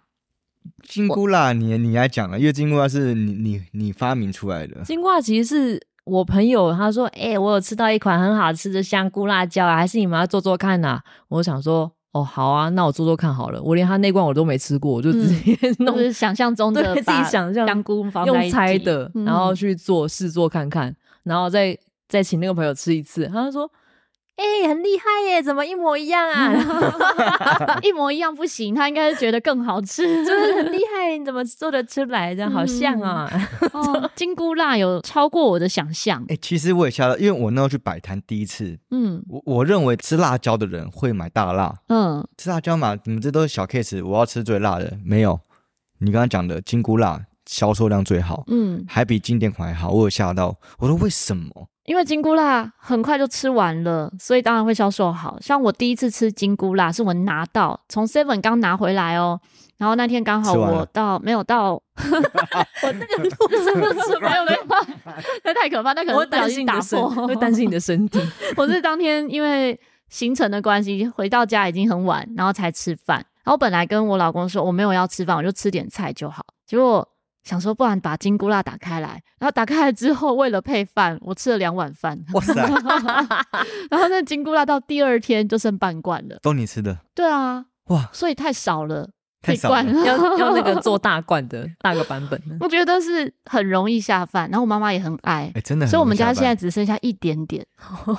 S2: 金菇辣，你你来讲了，因为金菇辣是你你你发明出来的，
S3: 金瓜其实是。我朋友他说：“哎、我有吃到一款很好吃的香菇辣椒啊，还是你们要做做看呐、我想说：“哦，好啊，那我做做看好了。”我连他那罐我都没吃过，我就直接
S1: 嗯就
S3: 弄、
S1: 是想象中的
S3: 对自己
S1: 把
S3: 想象
S1: 香菇放在一
S3: 用
S1: 起
S3: 猜的，
S1: 嗯
S3: 然后去做试做看看，然后再再请那个朋友吃一次。他就说：“哎、很厉害耶，怎么一模一样啊？”然后
S1: (laughs) 一模一样不行，他应该是觉得更好吃。
S3: 就是很厉害，你怎么做得出来？这样好像啊，
S1: 哦金菇辣有超过我的想象
S2: 哎、，其实我也吓到，因为我那时候去摆摊第一次，
S1: 嗯
S2: 我我认为吃辣椒的人会买大辣，
S1: 嗯，
S2: 吃辣椒嘛，你们这都是小 case，我要吃最辣的，没有。你刚刚讲的金菇辣销售量最好，
S1: 嗯，
S2: 还比经典款还好，我有吓到，我说为什么？
S1: 因为金菇辣很快就吃完了，所以当然会销售好。像我第一次吃金菇辣，是我拿到从 Seven 刚拿回来哦，然后那天刚好
S2: 吃完了
S1: 我到没有 (laughs) 到，我那个路上就吃完了， (laughs) 那太可怕，那可能
S3: 我
S1: 是不小
S3: 担心
S1: 心
S3: 你
S1: 打
S3: 的身，
S1: 破， (laughs)
S3: 会担心你的身 (laughs) 体。
S1: 我是当天因为行程的关系，回到家已经很晚，然后才吃饭。然后本来跟我老公说我没有要吃饭，我就吃点菜就好。结果想说，不然把金菇辣打开来。然后打开来之后，为了配饭，我吃了两碗饭。 (laughs)
S2: 哇塞，
S1: 然后那金菇辣到第二天就剩半罐了。
S2: 都你吃的，
S1: 对啊，
S2: 哇，
S1: 所以太少了，
S2: 太
S1: 一
S2: 少了
S1: 罐。了 (laughs)
S3: 要要那个做大罐的大个版本的，
S1: 我觉得是很容易下饭，然后我妈妈也很爱
S2: 哎、，真的很容易下班。
S3: 嗯
S1: 所以我们家现在只剩下一点
S3: (laughs)
S1: 点，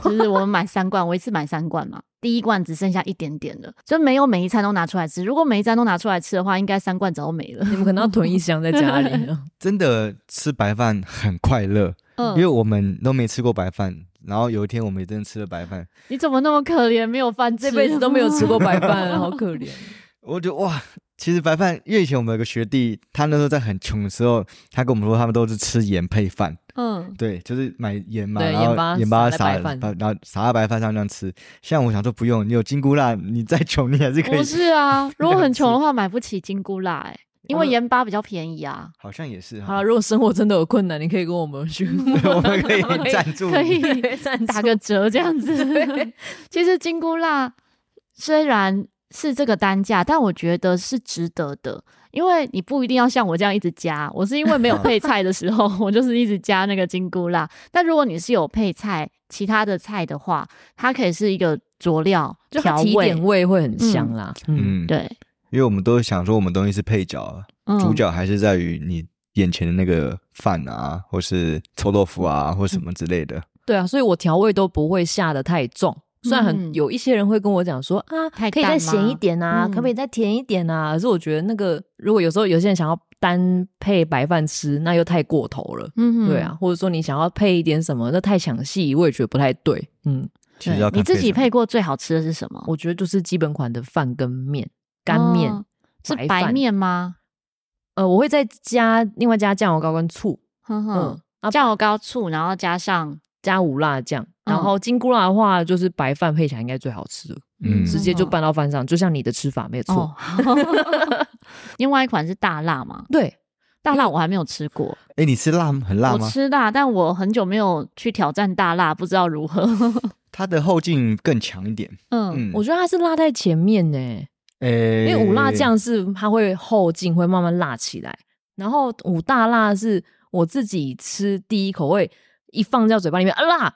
S1: 就是我们买三罐，我一次买三罐嘛，第一罐只剩下一点点了，就没有每一餐都拿出来吃。如果每一餐都拿出来吃的话，应该三罐早没了。
S3: 你们可能要囤一箱在家里。 (laughs)
S2: 真的吃白饭很快乐，
S1: 嗯
S2: 因为我们都没吃过白饭，然后有一天我们也真的吃了白饭，
S1: 你怎么那么可怜，没有饭吃，
S3: 这辈子都没有吃过白饭，好可怜。
S2: 我觉得哇，其实白饭，因为以前我们有个学弟，他那时候在很穷的时候，他跟我们说他们都是吃盐配饭，
S1: (laughs) 嗯
S2: 对，就是买盐嘛，
S3: 对
S2: 然后
S3: 盐巴
S2: 盐巴
S3: 撒在
S2: 撒
S3: 白饭
S2: 把然后撒在白饭上这样吃。像我想说不用，你有金菇辣，你再穷你还是可以
S1: 不。是啊，如果很穷的话，买不起金菇辣、欸，因
S3: 嗯
S1: 为盐巴比较便宜啊。
S2: 好像也是
S3: 好
S2: 哈
S3: 了，，如果生活真的有困难，你可以跟我们询问，
S2: (laughs) 我
S1: (laughs)
S2: 们可以
S3: 我们 (laughs) 可以
S2: 赞助
S1: 可以
S2: 你。
S3: 赞
S1: 打个折这样子。 (laughs) 其实金菇辣虽然是这个单价，但我觉得是值得的，因为你不一定要像我这样一直加。我是因为没有配菜的时候， (laughs) 我就是一直加那个金菇辣。但如果你是有配菜，其他的菜的话，它可以是一个佐料
S3: 就它
S1: 调
S3: 提
S1: 味
S3: 点。味会很香啦。嗯，
S2: 嗯，
S1: 对，
S2: 因为我们都想说我们东西是配角啊，
S1: 嗯
S2: 主角还是在于你眼前的那个饭啊，或是臭豆腐啊，
S1: 嗯
S2: 或什么之类的。
S3: 对啊，所以我调味都不会下的太重。虽然很
S1: 嗯
S3: 有一些人会跟我讲说啊，
S1: 太
S3: 可以再
S1: 淡
S3: 咸
S1: 吗
S3: 一点啊，
S1: 嗯
S3: 可不可以再甜一点啊？可是我觉得那个，如果有时候有些人想要单配白饭吃，那又太过头了。
S1: 嗯
S3: 对啊，，或者说你想要配一点什么，那太详细，我也觉得不太对。嗯，
S2: 其实
S1: 对
S2: 要看
S1: 你自己
S2: 什么
S1: 配过最好吃的是什么？
S3: 我觉得就是基本款的饭跟面、干面，
S1: 哦是
S3: 白
S1: 白
S3: 饭
S1: 面吗？
S3: 呃，我会再加另外加酱油膏跟醋，
S1: 哼
S3: 嗯
S1: 哼，，
S3: 啊
S1: 酱油膏、醋，然后加上
S3: 加无辣酱，然
S1: 嗯
S3: 后金菇辣的话就是白饭配起来应该最好吃了，
S2: 嗯
S3: 直接就
S1: 拌
S3: 拌到饭上，就像你的吃法没错。
S1: 哦。 (laughs) 另外一款是大辣嘛，
S3: 对，
S1: 大辣我还没有吃过，
S2: 哎，你吃辣很辣
S1: 我
S2: 吗？
S1: 吃辣，但我很久没有去挑战大辣，不知道如何。 (laughs)
S2: 它的后劲更强一点。
S1: 嗯，
S2: 嗯，
S3: 我觉得它是辣在前面呢、
S2: 诶，
S3: 因为五辣酱是它会后劲会慢慢辣起来，然后五大辣是我自己吃第一口味一放到嘴巴里面啊辣，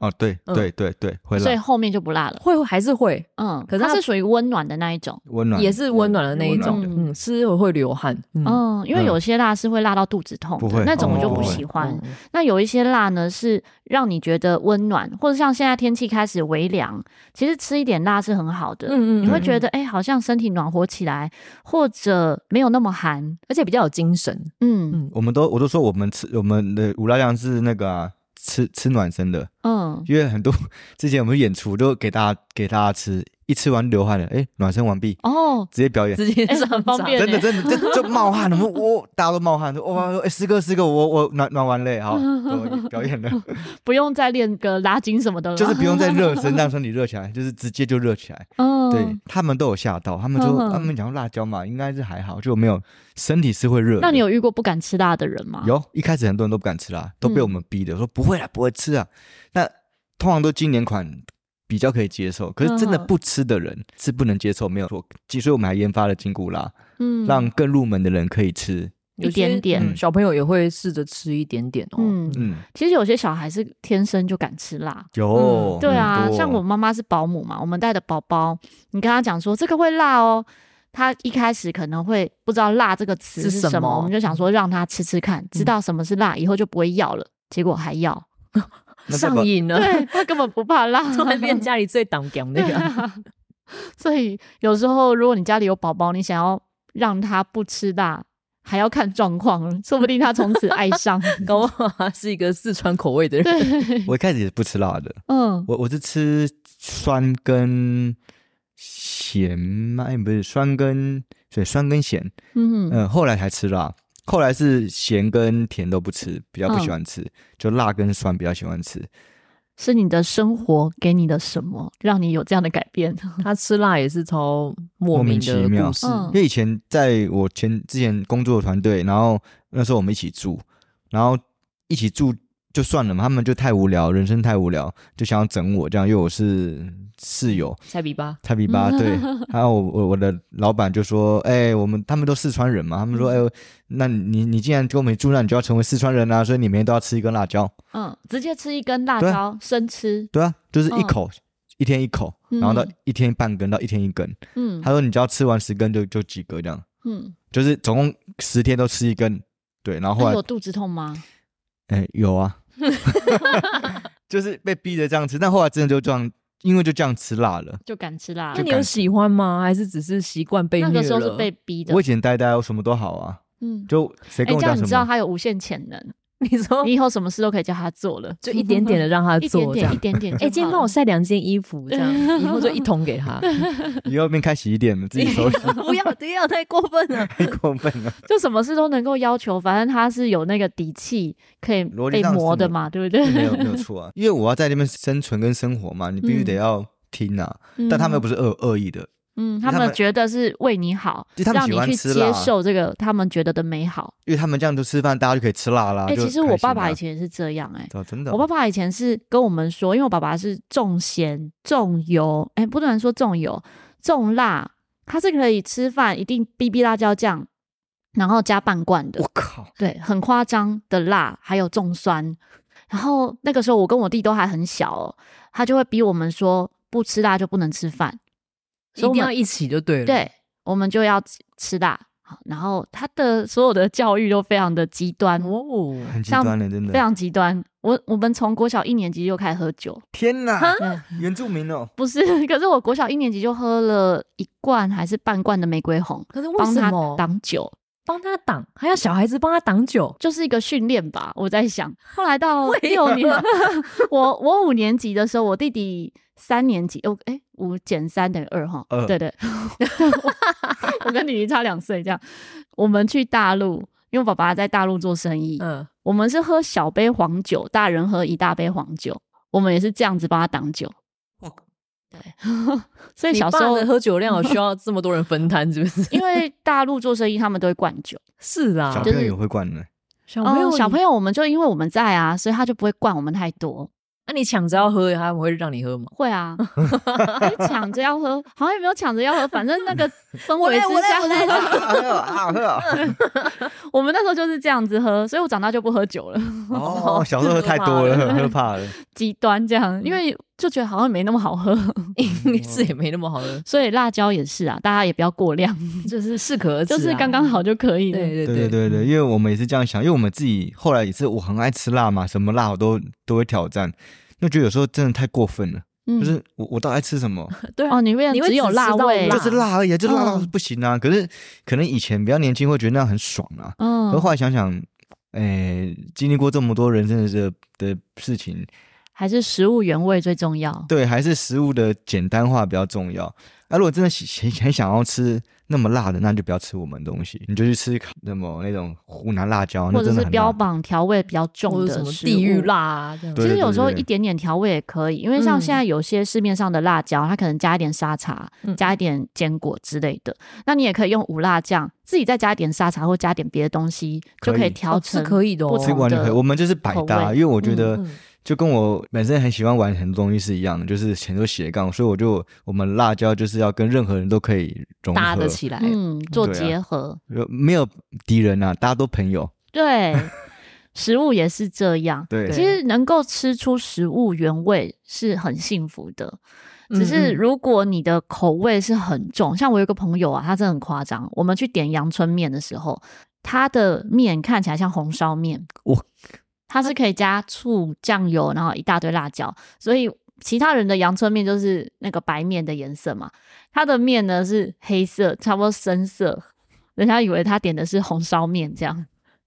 S2: 哦，对
S3: 嗯
S2: 对对对，会
S1: 所以
S2: 辣，
S1: 后面就不辣了。
S3: 会还是会
S1: 嗯，
S3: 可是
S1: 它
S3: 它
S1: 是属于温暖的那一种。
S2: 温暖
S3: 也是温暖的那一
S1: 温
S3: 种，
S1: 暖的
S3: 嗯，吃了会流汗，嗯，
S1: 嗯，因为
S2: 嗯
S1: 有些辣是会辣到肚子痛
S2: 不
S1: 的，
S2: 会
S1: 那种我就
S2: 哦
S1: 不
S2: 不会
S1: 喜欢。
S3: 嗯
S1: 那有一些辣呢，是让你觉得温暖，或者像现在天气开始微凉，其实吃一点辣是很好的。
S3: 嗯嗯，
S1: 你会觉
S3: 得。
S1: 得哎、诶好像身体暖和起来，或者没有那么寒。
S3: 而且比较有精神。
S1: 嗯
S3: 嗯，
S2: 我们都我都说我们吃我们的五辣酱是那个啊，吃吃暖身的，
S1: 嗯，
S2: 因为很多 (laughs) 之前我们演出都给大家给大家吃，一吃完流汗了，哎，暖身完毕，
S1: 哦，
S2: 直接表演。
S3: 直接
S1: 诶
S3: 上
S1: 很方
S3: 场
S1: 便
S2: 真的
S1: 欸
S2: 真的，这就冒汗了，我们我大家都冒汗，说哇，哎，四个四个，我我暖暖完嘞，
S3: (laughs)
S2: 好，我表演了，
S1: 不用再练个拉筋什么的了，
S2: 就是不用再热身，让身体热起来，就是直接就热起来。
S1: 嗯，
S2: 对他们都有吓到，他们说
S1: 嗯
S2: 他们讲辣椒嘛，应该是还好，就没有身体是会热的。
S1: 那你有遇过不敢吃辣的人吗？，
S2: 有一开始很多人都不敢吃辣，都被我们
S1: 嗯
S2: 逼的，说不会啦，不会吃啊。那通常都经典款比较可以接受，可是真的
S1: 嗯
S2: 不吃的人是不能接受，没有错。其实我们还研发了金菇辣，
S1: 嗯
S2: 让更入门的人可以吃。
S1: 一点点
S3: 有些嗯小朋友也会试着吃一点点哦。
S1: 嗯
S2: 嗯，
S1: 其实有些小孩是天生就敢吃辣。
S2: 有
S3: 嗯
S1: 对啊
S2: 哦很，多
S1: 像我妈妈是保姆嘛，我们带的宝宝，你跟她讲说这个会辣哦，她一开始可能会不知道“辣”这个词
S3: 是
S1: 是
S3: 什
S1: 什么，
S3: 么
S1: 我们就想说让她吃吃看，知道什么是辣，以后就不会要了。结果还要， (laughs)
S2: 那代表
S3: 上瘾了，
S1: 对她根本不怕辣，
S3: 突然变家里最挡讲那个。
S1: 所以有时候，如果你家里有宝宝，你想要让他不吃辣，还要看状况，说不定他从此爱上。
S3: 搞不好他是一个四川口味的
S1: (laughs)
S3: 人，
S1: 对，
S2: 我一开始也是不吃辣的，
S1: 嗯，
S2: 我我是吃酸跟咸吗？哎，不是酸跟对酸跟咸，
S1: 嗯
S2: 嗯，后来才吃辣，后来是咸跟甜都不吃，比较不
S1: 嗯
S2: 喜欢吃，就辣跟酸比较喜欢吃。
S1: 是你的生活给你的什么，让你有这样的改变？ (laughs)
S3: 他吃辣也是超莫名的
S2: 莫名其妙
S3: 故事。
S1: 嗯
S2: 因为以前在我前之前工作的团队，然后那时候我们一起住，然后一起住就算了嘛，他们就太无聊，人生太无聊，就想要整我这样，因为我是室友
S3: 菜比吧，
S2: 菜比
S1: 嗯
S2: 巴，对，还有我我我的老板就说，哎、我们他们都四川人嘛，他们说，
S1: 嗯
S2: 哎、那你你既然跟我们一起住，那你就要成为四川人啊，所以你每天都要吃一根辣椒，
S1: 嗯，直接吃一根辣
S2: 对
S3: 啊
S1: 椒生吃，
S2: 对啊，就是一
S1: 嗯
S2: 口。一天一口，然后到
S1: 嗯
S2: 一天半根到一天一根。
S1: 嗯
S2: 他说你只要吃完十根就就及格这样。
S1: 嗯，
S2: 就是总共十天都吃一根，对，然后后
S1: 那
S2: 来
S1: 有肚子痛吗？
S2: 哎、有
S1: (laughs)
S2: 啊，就是被逼着这样吃，但后来真的就这样，因为就这样吃辣了。
S1: 就敢吃辣
S3: 那，你有喜欢吗？还是只是习惯被虐
S1: 那个
S3: 了？
S1: 时候
S3: (laughs)
S1: 是被逼的
S2: 我以。前呆呆，我什么都好啊，
S1: 嗯，
S2: 就谁
S1: 哎，
S2: 跟我
S1: 这样
S2: 讲
S1: 你
S2: 什
S1: 知道
S2: 么，
S1: 他有无限潜能，
S3: 你说 (laughs)
S1: 你以后什么事都可以叫他做了，
S3: 就一点点的让哦他
S1: 一点
S3: 做这
S1: 点
S3: 样
S1: 一。点点就好了。
S3: (laughs) 哎，今天帮我晒两件衣服， (laughs) 这样
S1: 对
S3: 以后就一桶给他。
S2: (laughs) 以后变开洗衣店
S1: (laughs)
S2: 了，自己收拾
S3: (laughs) 不要不要，太过分了。
S2: 太过分
S1: (laughs)
S2: 了。 (laughs)
S1: 就什么事都能够要求，反正他是有那个底气可以
S2: 逻辑
S1: 被
S2: 上是
S1: 磨的
S2: 没
S1: 嘛，对不对？
S2: 没有没有错啊，因为我要在那边生存跟生活嘛，你必须
S1: 嗯
S2: 得要听啊。
S1: (laughs) 嗯
S2: 但他们又不是恶恶意的，
S1: 嗯，他
S2: 他
S1: 们
S2: 们
S1: 觉得是为你好，
S2: 就他们
S1: 让
S2: 喜
S1: 你
S2: 欢
S1: 去
S2: 吃辣
S1: 接受这个他们觉得的美好。
S2: 因为他们这样就吃饭，大家就可以吃辣啦。
S1: 哎、
S2: 就
S1: 其实我
S2: 开心
S1: 爸爸
S2: 啊
S1: 以前也是这样、哎。
S2: 哦真的哦，
S1: 我爸爸以前是跟我们说，因为我爸爸是重咸、重油，哎、不能说重油、重辣，他是可以吃饭一定逼逼辣椒酱，然后加半罐的。
S2: 我靠，
S1: 对，很夸张的辣，还有重酸。然后那个时候我跟我弟都还很小、哦，他就会逼我们说不吃辣就不能吃饭，
S3: (laughs) 一
S1: 所以我
S3: 定
S1: 们
S3: 要一起就对了。
S1: 对我们就要吃吃辣。好，然后他的所有的教育都非常的极端，
S3: 哦，
S2: 很极
S1: 像
S2: 端的，真
S1: 非
S2: 的。
S1: 常极端。我我们从国小一年级就开始喝酒，
S2: 天哪
S3: 哈，
S1: 对
S2: 原住民哦，
S1: 不是？ (laughs) 可是我国小一年级就喝了一罐还是半罐的玫瑰红，
S3: 可是为
S1: 帮
S3: 什
S1: 他
S3: 么
S1: 挡酒，
S3: 帮他挡，还要小孩子帮他挡酒？
S1: 就是一个训练吧。我在想，后来到
S3: 为
S1: 六年
S3: 何，
S1: (laughs) 我我五年级的时候，我弟弟三年级，哦，哎，五减三等于二哈，
S2: 二
S3: (laughs)
S1: 对对，我跟弟弟差两岁，这样。我们去大陆，因为我爸爸在大陆做生意，
S3: 嗯，
S1: 我们是喝小杯黄酒，大人喝一大杯黄酒，我们也是这样子帮他挡酒。
S2: 哇
S1: 对， (laughs) 所以
S3: 你
S1: 小时
S3: 爸
S1: 候
S3: 的喝酒量有需要这么多人分摊，是不是？
S1: 因为大陆做生意，他们都会灌酒。
S3: 是啊
S2: 小，
S1: 就
S2: 朋友
S1: 是
S2: 也会灌的，
S3: 小朋友，
S1: 小朋
S3: 友，
S1: 友，我们就因为我们在啊，所以他就不会灌我们太多。
S3: 那你抢着要喝，他们会让你 (laughs) 喝吗？
S1: 会啊，还抢着要喝，好像也没有抢着要
S3: (laughs)
S1: 喝，反正那个氛
S3: 我
S1: 围
S3: 来
S1: 之
S3: 我来
S1: 下，
S3: 我来
S2: 好喝哦，
S1: (laughs) 我们那时候就是这样子喝，所以我长大就不喝酒了，
S2: 哦，小时候喝太多了，喝
S1: (laughs)
S2: 怕了，
S1: 极端这
S3: 嗯
S1: 样，因为就觉得好像没那么好喝， (laughs)
S3: 应该是也没那么好喝，
S1: 所以辣椒也是啊，大家也不要过量，
S3: (laughs) 就是适可而
S1: 就
S3: 止啊，
S1: 是刚刚好就可以了。
S2: 对
S3: 对
S2: 对对对，因为我们也是这样想，因为我们自己后来也是，我很爱吃辣嘛，什么辣我都都会挑战，那觉得有时候真的太过分了，
S1: 嗯
S2: 就是我我到底爱吃什么，
S3: 对啊
S1: 哦，你变
S3: 你
S1: 成
S3: 会
S1: 只有
S3: 只吃
S1: (laughs) 辣
S3: 到
S1: 味，
S3: 辣
S2: 就是辣而已啊，就辣到
S1: 嗯
S2: 不行啊。可是可能以前比较年轻会觉得那样很爽啊，
S1: 嗯
S2: 可，后来想想，哎、经历过这么多人生的这的事情，
S1: 还是食物原味最重要。
S2: 对，还是食物的简单化比较重要。啊，如果真的喜很很想要吃那么辣的，那就不要吃我们的东西，你就去吃那么那种湖南辣椒，那
S1: 或者
S2: 真的
S1: 是
S2: 很
S1: 标
S2: 辣。
S1: 榜调味比较
S3: 或
S1: 重
S3: 者什
S1: 的
S3: 么
S1: 食
S3: 地狱
S1: 物
S3: 辣啊，这样
S2: 对
S1: 其实有时候
S2: 对嗯
S1: 一点点调味也可以，因为像现在有些市面上的辣椒，它可能加一点沙茶
S3: 嗯、
S1: 加一点坚果之类的，那你也可以用无辣酱，自己再加一点沙茶或加点别的东西，
S2: 可
S1: 就
S2: 以
S1: 可以
S3: 哦
S1: 调
S3: 是
S1: 成。
S3: 可以的哦，
S1: 不
S2: 吃
S1: 同
S2: 完就可以，
S1: 的
S2: 我们就是百
S1: 口
S2: 搭，
S1: 味
S2: 因为我觉得
S3: 嗯嗯
S2: 就跟我本身很喜欢玩很多东西是一样的，就是很多斜杠，所以我就我们辣椒就是要跟任何人都可以融合，
S3: 搭得起来，
S1: 嗯，做
S2: 对啊
S1: 结合，
S2: 有没有敌人啊，大家都朋友。 (laughs)
S1: 对，食物也是这样。
S2: 对，
S1: 其实能够吃出食物原味是很幸福的，只是
S3: 嗯嗯
S1: 如果你的口味是很重，像我有个朋友啊，他真的很夸张。我们去点阳春面的时候，他的面看起来像红烧面，
S2: 哇
S1: 它是可以加醋、酱油，然后一大堆辣椒，所以。其他人的阳春面就是那个白面的颜色嘛，他的面呢是黑色，差不多深色，人家以为他点的是红烧面，这样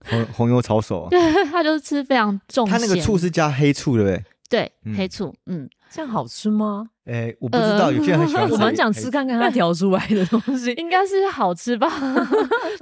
S2: 红红油抄手啊，
S1: 他就是吃非常重
S2: 他那个
S1: 咸
S2: 醋是加黑醋对不对？
S1: 对，
S2: 嗯
S1: 黑醋，嗯，
S3: 这样好吃吗？
S2: 哎，我不知道，
S1: 呃
S2: 有些 (laughs) 人很喜欢。
S3: 我蛮想吃，看看他调出来的东西。
S1: 应该是好吃 (laughs) 吧，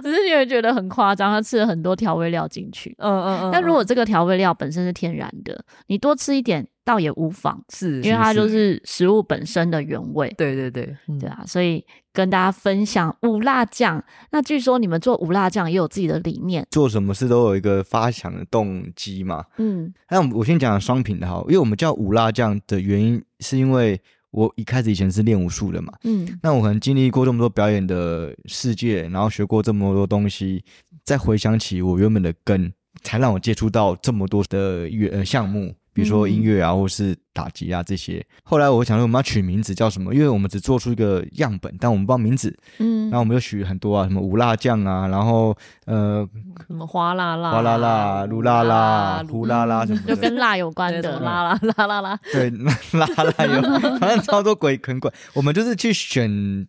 S1: 只是你会觉得很夸张，他吃了很多调味料进去。
S3: (laughs) 嗯嗯嗯
S1: 但如果这个调味料本身是天然的，你多吃一点倒也无妨，
S3: 是，
S1: 因为它就是食物本身的原味，
S3: 对对对，嗯
S1: 对啊。所以跟大家分享五辣酱。那据说你们做五辣酱也有自己的理念，
S2: 做什么事都有一个发想的动机嘛。
S1: 嗯，
S2: 那我们我先讲双品的哈，因为我们叫五辣酱的原因，是因为我一开始以前是练武术的嘛，
S1: 嗯，
S2: 那我可能经历过这么多表演的世界，然后学过这么多东西，再回想起我原本的根，才让我接触到这么多的乐呃项目，比如说音乐啊，或是打击啊这些。后来我想说，我们要取名字叫什么？因为我们只做出一个样本，但我们不知道名字，
S1: 嗯
S2: 然后我们就取很多啊，什么无辣酱啊，然后呃
S3: 什么花啊啦啦、
S2: 花啦啦、噜啦啦、
S3: 噜
S2: 胡嗯啦啦什么
S1: 就
S2: 的。
S1: 嗯跟辣有关
S3: 嗯对什么
S1: 的啦，
S2: 辣
S3: 啦啦啦啦啦，
S2: 对， (laughs) 啦啦有，反正超多鬼很怪。我们就是去选，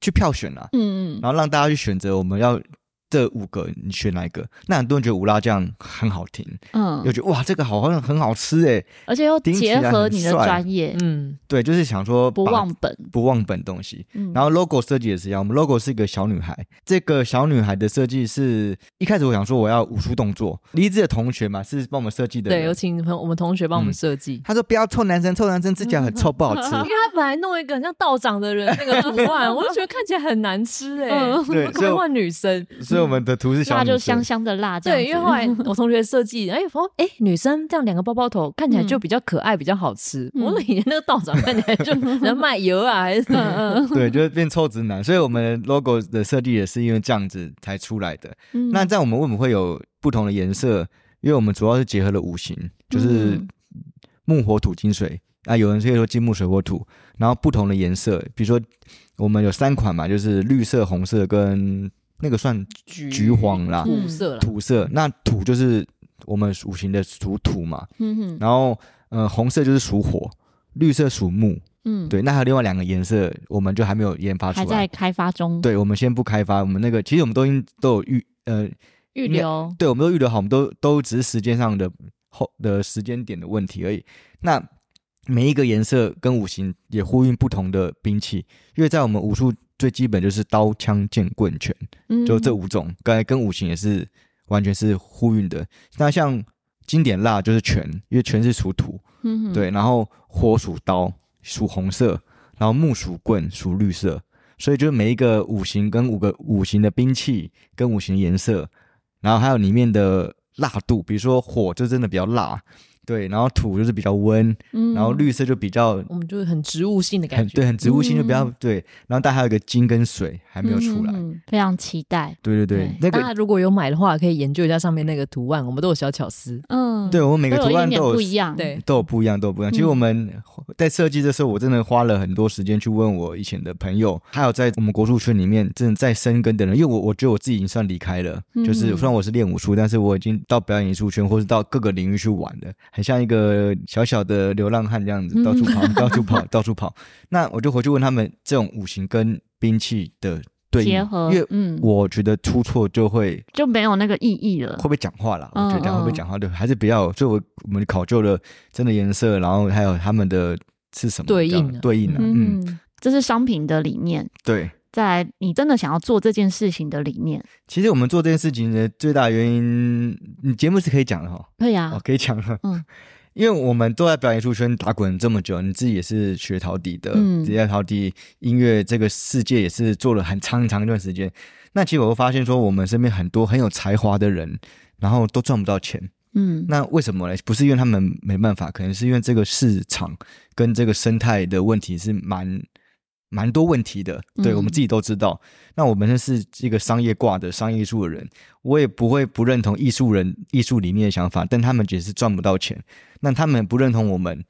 S2: 去票选啊，
S1: 嗯嗯，
S2: 然后让大家去选择我们要这五个，你选哪一个？那很多人觉得无辣酱很好听，又
S1: 嗯，
S2: 觉得哇，这个好好像很好吃哎。
S1: 而且又
S2: 听起
S1: 结
S2: 来
S1: 合
S2: 很
S1: 你的
S2: 帅
S1: 专业，
S3: 嗯，
S2: 对，就是想说
S1: 不
S2: 把
S1: 忘本，
S2: 不忘本东西。
S1: 嗯，
S2: 然后 logo 设计也是一样，我们 logo 是一个小女孩。这个小女孩的设计是一开始我想说我要武术动作，离子的同学嘛是帮我们设计的人，
S3: 对，有请朋友我们同学帮我
S2: 嗯
S3: 们设计，
S2: 他说不要臭男生，臭男生指甲很臭，不好吃。
S3: 因为他本来弄一个很像道长的人那个图案，我就觉得看起来很难 (laughs) 吃哎、
S1: 嗯
S2: 对，
S3: 可不可
S2: 所以
S3: 以
S2: 我
S3: 换女生？
S2: 所以我们的图是小
S1: 辣
S2: 女
S1: 就
S2: 生
S1: 香，香的辣这样子，
S3: 对，因为后来 (laughs) 我同学设计，哎，说哎，女生这样两个包包头看起来就比较可爱，比较好吃。
S1: 嗯
S3: 我说以前那个道长看起 (laughs) 来就能卖油啊，还是什么？ (laughs)
S1: 嗯
S2: 对，就是变臭直男。所以我们的 logo 的设计也是因为这样子才出来的。
S1: 嗯
S2: 那在我们为什么会有不同的颜色？因为我们主要是结合了五行，就是
S1: 嗯
S2: 木火土金水啊，有人可以说金木水火土。然后不同的颜色，比如说我们有三款嘛，就是绿色、红色跟那个算
S3: 橘
S2: 橘黄啦
S3: 土色啦，
S2: 土色。那土就是我们五行的属土嘛，
S1: 嗯哼，
S2: 然后呃红色就是属火，绿色属木。
S1: 嗯，
S2: 对，那还有另外两个颜色，我们就还没有研发出
S1: 还
S2: 来。
S1: 在开发中，
S2: 对，我们先不开发，我们那个其实我们都已经都有预呃，
S1: 预留，
S2: 对，我们都预留好，我们都都只是时间上的后的时间点的问题而已。那每一个颜色跟五行也呼应不同的兵器，因为在我们武术最基本就是刀、枪、剑、棍、拳，
S1: 嗯
S2: 就这五种，刚才跟五行也是完全是呼应的。那像经典蜡就是拳，因为拳是属土，
S1: 嗯哼，
S2: 对，然后火属刀，属红色，然后木属棍，属绿色，所以就是每一个五行跟五个五行的兵器跟五行的颜色，然后还有里面的辣度，比如说火就真的比较辣，对，然后土就是比较温，
S1: 嗯，
S2: 然后绿色就比较
S3: 我们就是很植物性的
S2: 很
S3: 感觉。
S2: 对，很植物性就比较、
S1: 嗯
S2: 对，然后但还有一个金跟水还没有出
S1: 嗯
S2: 来，
S1: 哼非常期待，
S2: 对对对
S1: 对，啊
S2: 那
S3: 大
S2: 个
S3: 家如果有买的话，可以研究一下上面那个图案，我们都有小巧思。
S1: 嗯，
S2: 对，我们每个
S1: 都有一
S2: 图案
S1: 点
S2: 都有
S1: 不一样，
S3: 对，
S2: 都有不一样，都有不一样。其实
S1: 嗯
S2: 我们在设计的时候，我真的花了很多时间去问我以前的朋友，还有在我们国术圈里面真的在深耕的人，因为我我觉得我自己已经算离开了，
S1: 嗯
S2: 就是虽然我是练武术，但是我已经到表演艺术圈或是到各个领域去玩的，很像一个小小的流浪汉这样子，
S1: 嗯
S2: 到处
S1: (laughs)
S2: 跑，到处跑，到处跑。那我就回去问他们这种五行跟兵器的对应
S1: 结合
S2: 因为，
S1: 嗯，
S2: 我觉得出错就会
S1: 就没有那个意义了
S2: 会，不会讲话啦？我
S1: 嗯
S2: 觉得讲话会不
S1: 嗯
S2: 会讲话，对，还是比较，所以我我们考究了真的颜色，然后还有他们的是什么
S3: 对应啊
S2: 这样对应的，嗯，
S1: 嗯，这是商品的理念，
S2: 对。
S1: 再来你真的想要做这件事情的理念，
S2: 其实我们做这件事情的最大原因，你节目是可以讲的哈，
S1: 对
S2: 哦
S1: 呀，，
S2: 可以讲了，
S1: 嗯，
S2: (laughs) 因为我们都在表演艺术圈打滚这么久，你自己也是学陶笛的，
S1: 嗯
S2: 自己在陶笛音乐这个世界也是做了很长很长一段时间。那其实我会发现说，我们身边很多很有才华的人，然后都赚不到钱，
S1: 嗯，
S2: 那为什么呢？不是因为他们没办法，可能是因为这个市场跟这个生态的问题是蛮蛮多问题的。对、
S1: 嗯
S2: 我们自己都知道。那我本身是一个商业挂的商业艺术的人，我也不会不认同艺术人艺术理念的想法，但他们也是赚不到钱。那他们不认同我们，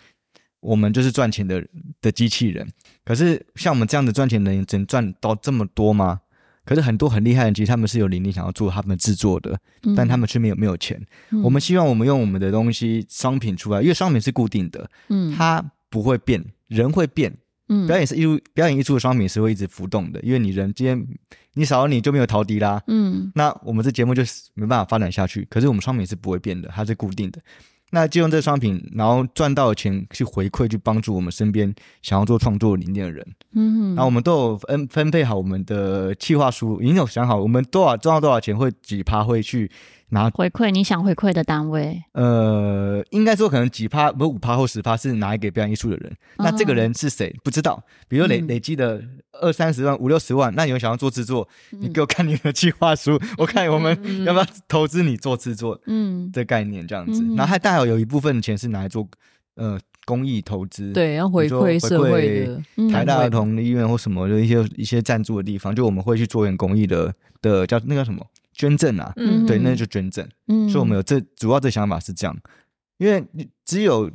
S2: 我们就是赚钱的的机器人。可是像我们这样的赚钱的人，能赚到这么多吗？可是很多很厉害的人，其实他们是有能力想要做他们制作的，
S1: 嗯
S2: 但他们却没有没有钱。我们希望我们用我们的东西商品出来，因为商品是固定的，
S1: 嗯
S2: 它不会变，人会变。
S1: 嗯
S2: 表演是艺术，表演艺术的商品是会一直浮动的，因为你人今天你少了你就没有陶笛啦。
S1: 嗯
S2: 那我们这节目就是没办法发展下去。可是我们商品是不会变的，它是固定的。那就用这商品，然后赚到的钱去回馈，去帮助我们身边想要做创作理念的人。
S1: 嗯
S2: 然后我
S1: 哼，
S2: 们都有分分配好我们的计划书，已经有想好我们多少赚到多少钱，会几趴会去拿
S1: 回馈你想回馈的单位，
S2: 呃，应该说可能几趴，不是五趴或十趴是拿来给表演艺术的人。那这个
S1: 哦
S2: 人是谁不知道？比如累
S1: 嗯
S2: 累积的二三十万、五六十万，那你有想要做制作，
S1: 嗯
S2: 你给我看你的计划书，我看我们
S3: 嗯
S2: 要不要投资你做制作
S1: 嗯
S2: 的概念这样子。
S1: 嗯
S2: 然后还带有有一部分钱是拿来做呃公益投资，，
S3: 对，要回馈社会的，
S1: 嗯
S2: 台大
S3: 单位
S2: 儿童医院或什么的一些一些赞助的地方，就我们会去做点公益的的叫那个叫什么捐赠啊，
S1: 嗯
S2: 对，那就捐赠。
S1: 嗯
S2: 所以我们有这主要这想法是这样，因为你只有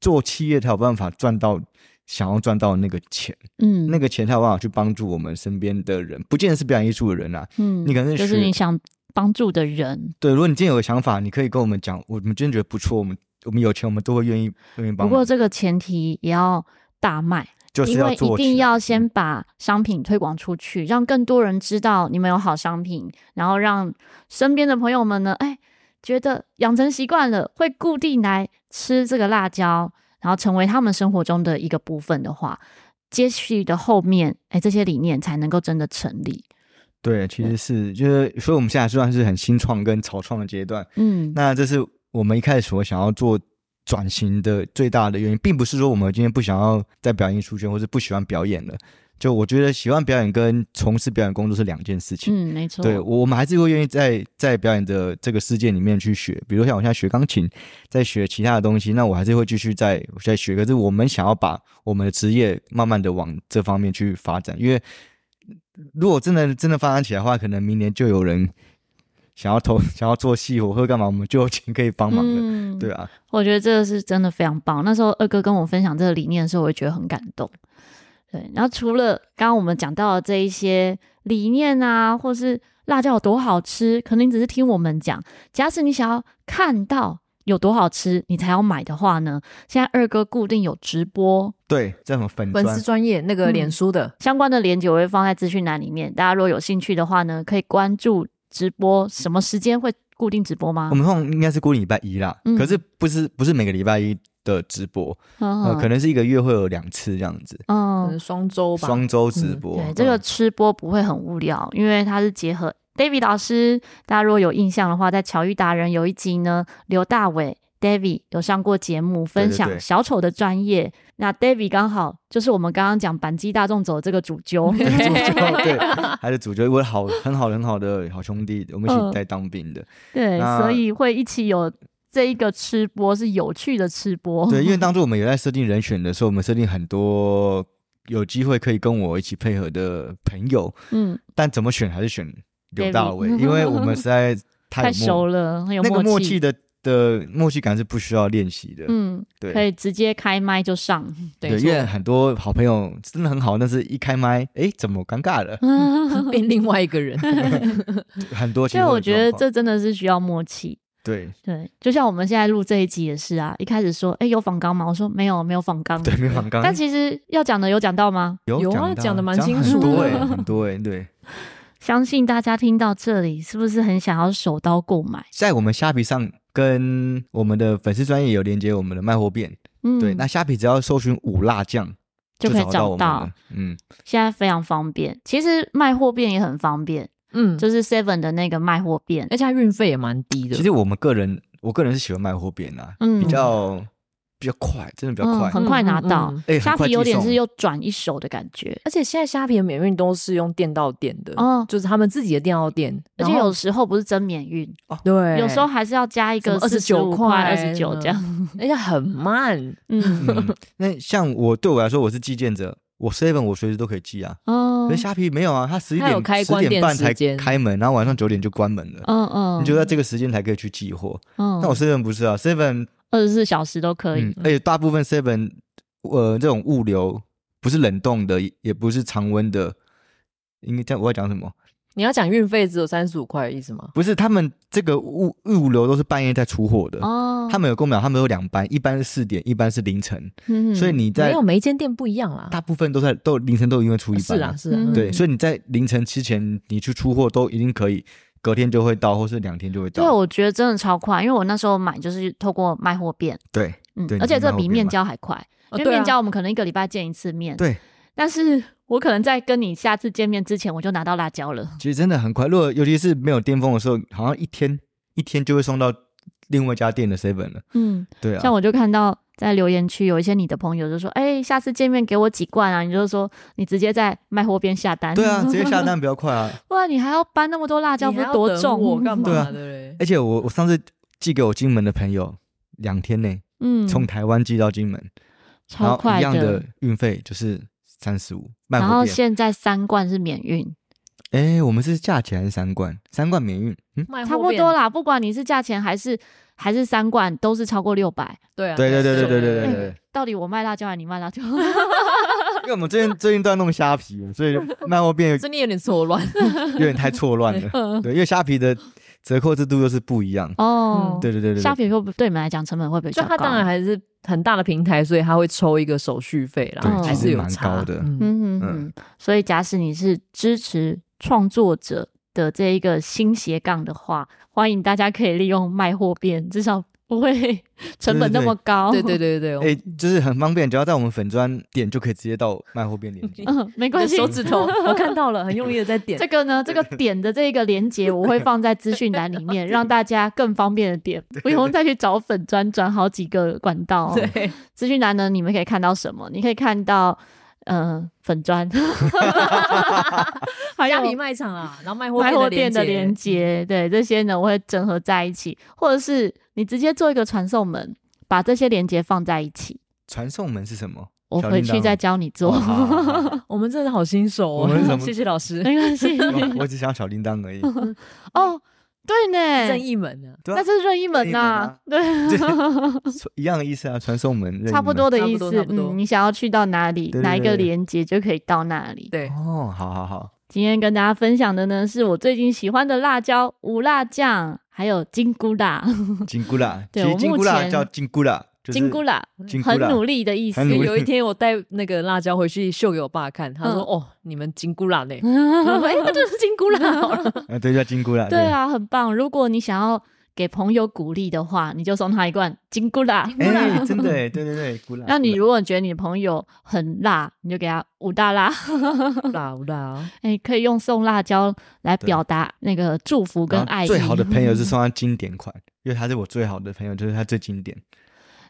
S2: 做企业才有办法赚到想要赚到的那个钱，
S1: 嗯
S2: 那个钱才有办法去帮助我们身边的人，不见得是表演艺术的人啊。
S1: 嗯
S2: 你可能是
S1: 就是
S2: 学
S1: 你想帮助的人，
S2: 对，如果你今天有个想法，你可以跟我们讲，我们真的觉得不错，我们我们有钱，我们都会愿意愿意帮
S1: 不
S2: 忙。
S1: 过这个前提也要大卖，
S2: 就是
S1: 因为
S2: 要
S1: 一
S2: 做起来，嗯
S1: 定要先把商品推广出去，让更多人知道你们有好商品，然后让身边的朋友们呢，哎，觉得养成习惯了，会固定来吃这个辣椒，然后成为他们生活中的一个部分的话，接续的后面，哎，这些理念才能够真的成立。
S2: 对，其实是就是，所以我们现在虽然是很新创跟草创的阶段，
S1: 嗯，
S2: 那这是我们一开始所想要做转型的最大的原因，并不是说我们今天不想要在表演艺术圈，或是不喜欢表演了。就我觉得喜欢表演跟从事表演工作是两件事情。
S1: 嗯，没错，
S2: 对，我我们还是会愿意在在表演的这个世界里面去学，比如像我现在学钢琴，在学其他的东西，那我还是会继续在在学。可是我们想要把我们的职业慢慢的往这方面去发展，因为如果真的真的发展起来的话，可能明年就有人想要投 (laughs) 想要做细活或干嘛，我们就有钱可以帮忙的。
S1: 嗯
S2: 对啊，
S1: 我觉得这个是真的非常棒。那时候二哥跟我分享这个理念的时候，我也觉得很感动。对，然后除了刚刚我们讲到的这一些理念啊，或是辣椒有多好吃，可能你只是听我们讲。假使你想要看到有多好吃，你才要买的话呢，现在二哥固定有直播
S2: 对，这种粉
S3: 粉
S2: 砖
S3: 丝专业那个
S1: 嗯
S3: 脸书的，
S1: 相关的链接，我会放在资讯栏里面。大家如果有兴趣的话呢，可以关注直播，什么时间会固定直播吗
S2: 我？们通常应该是固定礼拜一啦，
S1: 啊嗯
S2: 可是不是不是每个礼拜一的直播，呃，
S1: 嗯
S2: 可能是一个月会有两次这样子，
S3: 可
S1: 嗯
S3: 能，双周吧，
S2: 双周直播。
S1: 对，这个
S2: 嗯
S1: 吃播不会很无聊，因为它是结合 David 老师，大家如果有印象的话，在巧遇达人有一集呢，刘大伟 David 有上过节目，分
S2: 对
S1: 享
S2: 对
S1: 小丑的专业。那 David 刚好就是我们刚刚讲板机大众走的这个主揪，
S2: (laughs)
S1: (laughs)
S2: 主角对，还是主角，嗯我的好很好很好的好兄弟，我们一
S1: 嗯
S2: 起在当兵的。
S1: 对，
S2: (laughs) 那
S1: 所以会一起有这一个吃播是有趣的吃播，
S2: 对，因为当初我们也在设定人选的时候，我们设定很多有机会可以跟我一起配合的朋友，
S1: 嗯，
S2: 但怎么选还是选刘大伟，
S1: David (laughs)
S2: 因为我们实在太
S1: 太
S2: 有默
S1: 熟了，很有
S2: 那个默契
S1: 契，
S2: 的的默契感是不需要练习的。
S1: 嗯，
S2: 对，
S1: 可以直接开麦就上，
S3: 对
S2: 对，因为很多好朋友真的很好，但是一开麦，哎，怎么尴尬
S1: 嗯 (laughs)
S2: 了？
S3: 变另外一个人，
S2: 很多其
S1: 所以
S2: 实会有
S1: 我觉得
S2: 状况
S1: 这真的是需要默契。
S2: 对
S1: 对，就像我们现在录这一集也是啊，一开始说，哎、有仿纲吗？我说没有，没有仿纲。
S2: (laughs) 对，没有刚刚
S1: 但其实要讲的有讲到吗？
S2: 有
S3: 有啊
S2: 到
S3: 讲得蛮
S2: 讲
S3: 清
S2: 很
S3: 楚
S2: 多
S3: 的
S2: 哎，很多哎，对，
S1: 相信大家听到这里，是不是很想要手刀购买？
S2: 在我们虾皮上跟我们的粉丝专业有连接，我们的卖货店。
S1: 嗯，
S2: 对，那虾皮只要搜寻五辣酱
S1: 就可以
S2: 找
S1: 找
S2: 我们
S1: 到
S2: 了。嗯，
S1: 现在非常方便。其实卖货变也很方便，
S3: 嗯，
S1: 就是 Seven 的那个卖货变。
S2: 哎
S3: 而且它运费也蛮低的
S2: 其，实我们个人，我个人是喜欢卖货变啦，
S1: 嗯
S2: 比较比较快，真的比
S1: 嗯
S2: 较快。
S1: 很快拿到
S3: 嗯嗯嗯
S2: 哎，很
S1: 虾
S2: 快
S1: 皮有
S2: 寄
S1: 点
S2: 送
S1: 是又转一手的感觉，
S3: 而且现在虾皮的免运都是用店到店的，
S1: 哦
S3: 就是他们自己的店到店，
S1: 而且有时候不是真免运，
S3: 对，
S1: 有时候还是要加一个
S3: 什么
S1: 49
S3: 29
S1: 块、二
S3: 块
S1: 十九这
S2: (laughs)
S1: 样。
S3: 而且很慢，
S1: 嗯，
S2: 嗯，那像我对我来说，我是寄件者，我 seven 我随时都可以寄啊。
S1: 哦
S2: 可是虾皮没有啊，它十一
S3: 它有
S2: 点
S3: 开
S2: 十
S3: 关
S2: 点
S3: 店
S2: 半
S3: 时
S2: 才
S3: 间
S2: 开门，然后晚上九点就关门了。
S1: 嗯嗯，
S2: 你就在这个时间才可以去寄货。
S1: 嗯，
S2: 那我 seven 不是啊，seven
S1: 二十四小时都可以。
S2: 嗯，而且大部分 seven 呃这种物流不是冷冻的，也不是常温的。应该这样，我要讲什么？
S3: 你要讲运费只有三十五块的意思吗？
S2: 不是，他们这个物物流都是半夜在出货的。
S1: 哦，
S2: 他们有跟我们讲，他们有两班，一班是四点，一班是凌晨。
S1: 嗯
S2: 所以你
S3: 没
S2: 在
S3: 有，每一间店不一样啦。
S2: 大部分都在都凌晨都因为出一
S3: 哦是
S2: 班、
S3: 啦，是啦，啊
S1: 嗯
S2: 对，所以你在凌晨之前你去出货都一定可以，隔天就会到，或是两天就会
S1: 对，
S2: 到。
S1: 我觉得真的超快，因为我那时候买就是透过卖货变，
S2: 对
S1: 嗯
S2: 对，
S1: 而且
S2: 你
S1: 这
S2: 卖货
S1: 比
S2: 变
S1: 面
S2: 嘛
S1: 交还快，因
S3: 哦
S1: 为
S3: 对啊
S1: 面交我们可能一个礼拜见一次面，
S2: 对，
S1: 但是我可能在跟你下次见面之前我就拿到辣椒了，
S2: 其实真的很快。如果尤其是没有巅峰的时候，好像一天一天就会送到另外一家店的 seven 了。
S1: 嗯，
S2: 对啊，
S1: 像我就看到。在留言区有一些你的朋友就说：“哎、下次见面给我几罐啊！”你就说你直接在卖货边下 (laughs) 单，
S2: 对啊，直接下单比较
S1: (laughs)
S2: 快啊。
S1: 不然你还要搬那么多辣椒，不是多重？
S3: 我干嘛
S2: 对啊
S3: 的嘞？
S2: 而且我我上次寄给我金门的朋友，两天内
S1: 嗯，
S2: 从台湾寄到金门，然
S1: 超
S2: 后
S1: 快
S2: 一样的运费就是三十五，卖
S1: 然
S2: 货
S1: 后
S2: 店。
S1: 现在三罐是免运，
S2: 哎，啊我们是价钱还是三罐？三罐免运，嗯，
S1: 差不多
S3: 啦，
S1: 啦，不管你是价钱还是还是三罐，都是超过六百。
S3: 对啊，
S2: 对对对对对对对
S1: 哎 (laughs)
S2: 对。
S1: 到底我卖辣椒还是你卖辣椒？ (laughs)
S2: 因为我们最近最 (laughs) 近都在弄虾皮，所以卖货变
S1: (laughs)
S3: 这里有点错乱， (laughs)
S2: 有点太错乱了。对，因为虾皮的折扣制度又是不一样。
S1: 嗯哦，
S2: 对对对对
S1: 虾
S2: 对，
S1: 皮会不对你们来讲成本会不会比
S3: 嗯就
S1: 较
S3: 它
S1: 高？
S3: 当然还是很大的平台，所以它会抽一个手续费啦，
S1: 对
S3: 还
S1: 其
S3: 是
S1: 实
S3: 有
S2: 蛮
S3: 差
S2: 高的
S3: 嗯，
S1: 嗯嗯嗯。所以假使你是支持创作者的这一个新斜杠的话，欢迎大家可以利用卖货变，至少不会 (laughs) 成本那么高。
S3: 对对对对
S2: 哎、
S3: 对，
S2: 就是很方便，只要在我们粉砖点就可以直接到卖货变链接。
S1: (laughs) 嗯，没
S3: 我
S1: 关
S3: 的
S1: 系。
S3: 手指
S1: (laughs)
S3: 头我看到了，很用力的在点
S1: 这。个呢，这个点的这个连接我会放在资讯栏里面，让大家更方便的点，不用再去找粉砖转好几个管道、哦。
S3: (laughs) 对，
S1: 资讯栏呢，你们可以看到什么？你可以看到，呃，粉砖，还
S3: 虾
S1: 有
S3: 皮卖场啦，然后卖货
S1: 卖货店的连
S3: 连接，
S1: 接，对这些呢，我会整合在一起，或者是你直接做一个传送门，把这些连接放在一起，
S2: 传送门是什么？
S1: 我
S2: 小
S1: 回
S2: 铃
S1: 去
S2: 铛
S1: 再
S2: 吗
S1: 教你做 (laughs)
S2: 哦。好好好好
S3: 我们真的好新手
S2: 我们怎
S3: (laughs) 哦，
S2: 么
S3: 谢谢老师。
S2: (laughs)
S1: 没关系 (laughs)
S2: 我我只想要小铃铛而已。
S1: 哦。对呢，
S3: 任意门呢，
S2: 对啊
S1: 那是任意门呐、对， (laughs)
S2: 一样的意思啊，传送门，任意
S1: 差不
S2: 门
S1: 多的
S3: 差
S1: 意
S3: 不多
S1: 思。
S3: 差不多
S1: 嗯，你想要去到哪里，
S2: 对对
S1: 哪一个
S2: 对
S1: 连接就可以到哪里。
S3: 对，
S2: 哦，好好好，
S1: 今天跟大家分享的呢，是我最近喜欢的辣椒无辣酱，还有金菇辣，
S2: 金菇啦，
S1: (laughs)
S2: 其
S1: 对
S2: 实
S1: 我
S2: 金
S1: 目
S2: 菇啦
S1: 前
S2: 叫金菇啦，就是
S1: 金菇辣
S2: 金菇
S1: 很
S2: 辣
S1: 努力的意思
S2: 很。努力
S3: 有一天我带那个辣椒回去秀给我爸看，他说：“
S1: 嗯
S3: 哦，你们金菇辣
S1: (laughs)
S3: 呢？”我说：“哎，那就是金菇辣哦好了。
S2: 啊，对，叫金菇啦，
S1: 对，啊，很棒。如果你想要给朋友鼓励的话，你就送他一罐金菇辣。
S2: 哎，真的 (laughs) 哎，对对对，菇啦，
S1: 那你
S2: 菇
S1: 如果觉得你的朋友很辣，你就给他五大辣。 (laughs)
S3: 辣不辣？
S1: 哎、可以用送辣椒来表达那个祝福
S2: 啦
S1: 跟
S2: 然后
S1: 爱意。
S2: 最好的朋友是送他经典款，因为他是我最好的朋友，就是他最经典，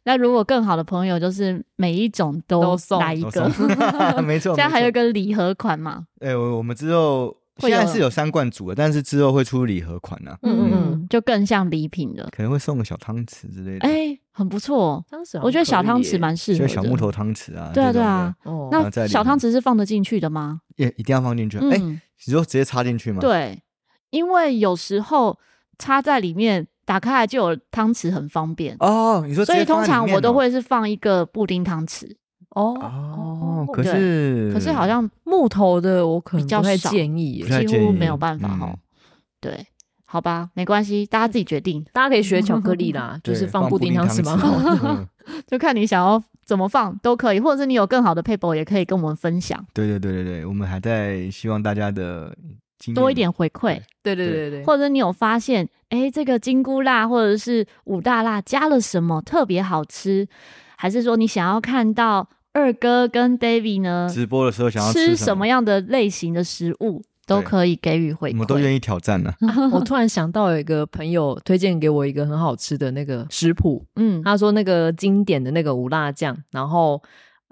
S1: 那如果更好的朋友，就是每一种都
S3: 都送
S1: 来一
S2: 都
S1: 个。 (laughs)
S2: 送 (laughs) 没错，
S1: 现在还有
S2: 没
S1: 一
S2: 错，
S1: 个礼盒款嘛？
S2: 哎，我我们之后
S1: 会
S2: 现在
S1: 有
S2: 是有三罐组的，但是之后会出礼盒款啊，
S1: 嗯
S3: 嗯
S1: 嗯
S3: 嗯
S1: 嗯，就更像礼品了。
S2: 可能会送个小汤匙之类的，
S1: 哎、，很不错哦，
S3: 汤匙好像
S1: 我觉得小
S3: 可以
S1: 汤
S3: 耶
S1: 匙蛮适合
S2: 就
S1: 的。
S2: 小木。头汤匙啊，
S1: 对啊对
S2: 这种的
S1: 啊，，
S3: 哦，
S2: 然
S1: 那
S2: 后在里
S1: 小汤
S2: 面
S1: 匙是放得进去的吗？
S2: 也一定要放进去，哎，
S1: 嗯，
S2: 你就直接插进去嘛，
S1: 对，因为有时候插在里面，打开来就有汤匙，很方便。
S2: 哦，你说直
S1: 所
S2: 接
S1: 以通
S2: 放在里
S1: 常
S2: 面
S1: 我都
S2: 哦
S1: 会是放一个布丁汤匙，
S3: 哦
S2: 哦，可
S1: 嗯对
S2: 是
S1: 可是好像
S3: 木头的我可
S1: 比
S3: 能
S1: 较
S3: 不太
S1: 少
S3: 建议
S2: 不
S3: 耶，
S2: 太
S1: 几
S2: 建
S1: 乎
S2: 议
S1: 没有办法
S2: 嗯
S1: 哦。对，好吧，没关系，大家自己决定，
S3: 大家可以学巧克力啦，就
S2: (laughs) 对
S3: 是
S2: 放
S3: 布
S2: 丁
S3: 丁汤匙蛮好的。
S1: (laughs)
S2: 匙嗯
S1: 就看你想要怎么放都可以，或者是你有更好的配博也可以跟我们分享，
S2: 对对对对对，我们还在希望大家的经验
S1: 多一点回馈，
S3: (laughs) 对对对对，
S1: 或者你有发现，哎，这个金菇辣或者是五大辣加了什么特别好吃，还是说你想要看到二哥跟 David 呢
S2: 直播的时候想要
S1: 吃
S2: 什
S1: 什么样的类型的食物，都
S2: 对
S1: 可以给予回
S2: 我们都
S1: 馈。
S2: 愿意挑战呢、
S1: 嗯
S3: 我突然想到有一个朋友推荐给我一个很好吃的那个食谱，
S1: 嗯，
S3: 他说那个经典的那个无辣酱，然后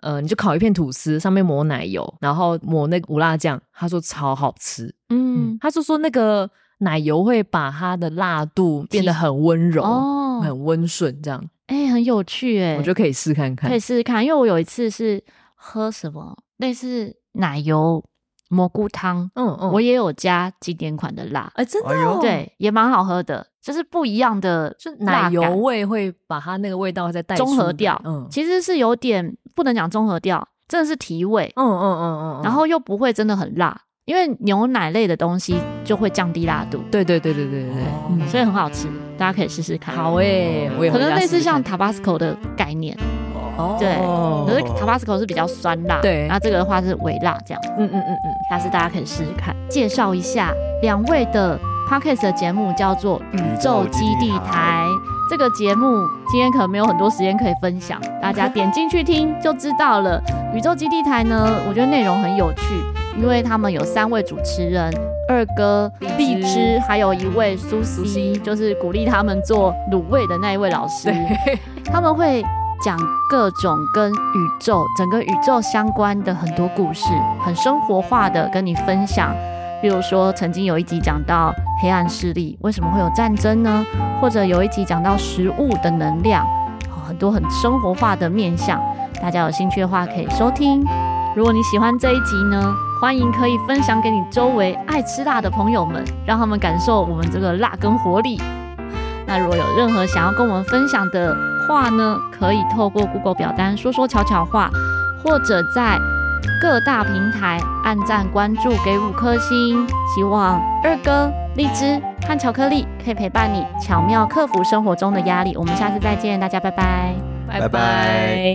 S3: 呃你就烤一片吐司，上面抹奶油，然后抹那个无辣酱，他说超好吃。
S1: 嗯，
S3: 他就说那个奶油会把它的辣度变得很温柔，
S1: 哦，
S3: 很温顺，这样
S1: 哎、很有趣哎、
S3: 我觉得可以试看
S1: 可
S3: 看
S1: 以。试试看，因为我有一次是喝什么类似奶油蘑菇汤，
S3: 嗯嗯，
S1: 我也有加经典款的辣，
S3: 哎真的
S2: 哎呦
S3: 哦、
S1: 对，也蛮好喝的，就是不一样的
S3: 就
S1: 辣
S3: 奶油
S1: 感
S3: 味会把它那个味道再带
S1: 中
S3: 出
S1: 和
S3: 来
S1: 掉，
S3: 嗯
S1: 其实是有点不能讲中和掉，真的是提味，
S3: 嗯嗯嗯嗯，
S1: 然后又不会真的很辣，因为牛奶类的东西就会降低辣度，
S3: 对对对对对对对，嗯
S1: 所以很好吃，大家可以试试看。
S3: 好诶、我也
S1: 可
S3: 回
S1: 能
S3: 家
S1: 类
S3: 试
S1: 似
S3: 试看
S1: 像 Tabasco 的概念，
S3: 哦
S1: 对
S3: 嗯
S1: 可是 Tabasco 是比较酸辣，
S3: 对
S1: 那这个的话是微辣这样。
S3: 嗯嗯嗯，
S1: 下次大家可以试试看。介绍一下两位的 podcast 的节目叫做《宇宙基地
S2: 宇宙基地
S1: 台
S2: 台》。
S1: 这个节目今天可能没有很多时间可以分享，大家点进去听就知道了。宇宙基地台呢，我觉得内容很有趣，因为他们有三位主持人，二哥、
S3: 荔
S1: 荔
S3: 枝
S1: 枝，还有一位苏
S3: 苏
S1: 西，
S3: 西
S1: 就是鼓励他们做卤味的那一位老师。他们会讲各种跟宇宙、整个宇宙相关的很多故事，很生活化的跟你分享。比如说，曾经有一集讲到黑暗势力为什么会有战争呢？或者有一集讲到食物的能量，哦很多很生活化的面向。大家有兴趣的话可以收听。如果你喜欢这一集呢，欢迎可以分享给你周围爱吃辣的朋友们，让他们感受我们这个辣跟活力。那如果有任何想要跟我们分享的话呢，可以透过 Google 表单说说巧巧话，或者在各大平台按赞关注，给五颗星。希望二哥、荔枝和巧克力可以陪 (laughs) 伴你，巧妙克服生活中的压力。我们下次再见，大家拜拜。
S3: 拜
S2: 拜拜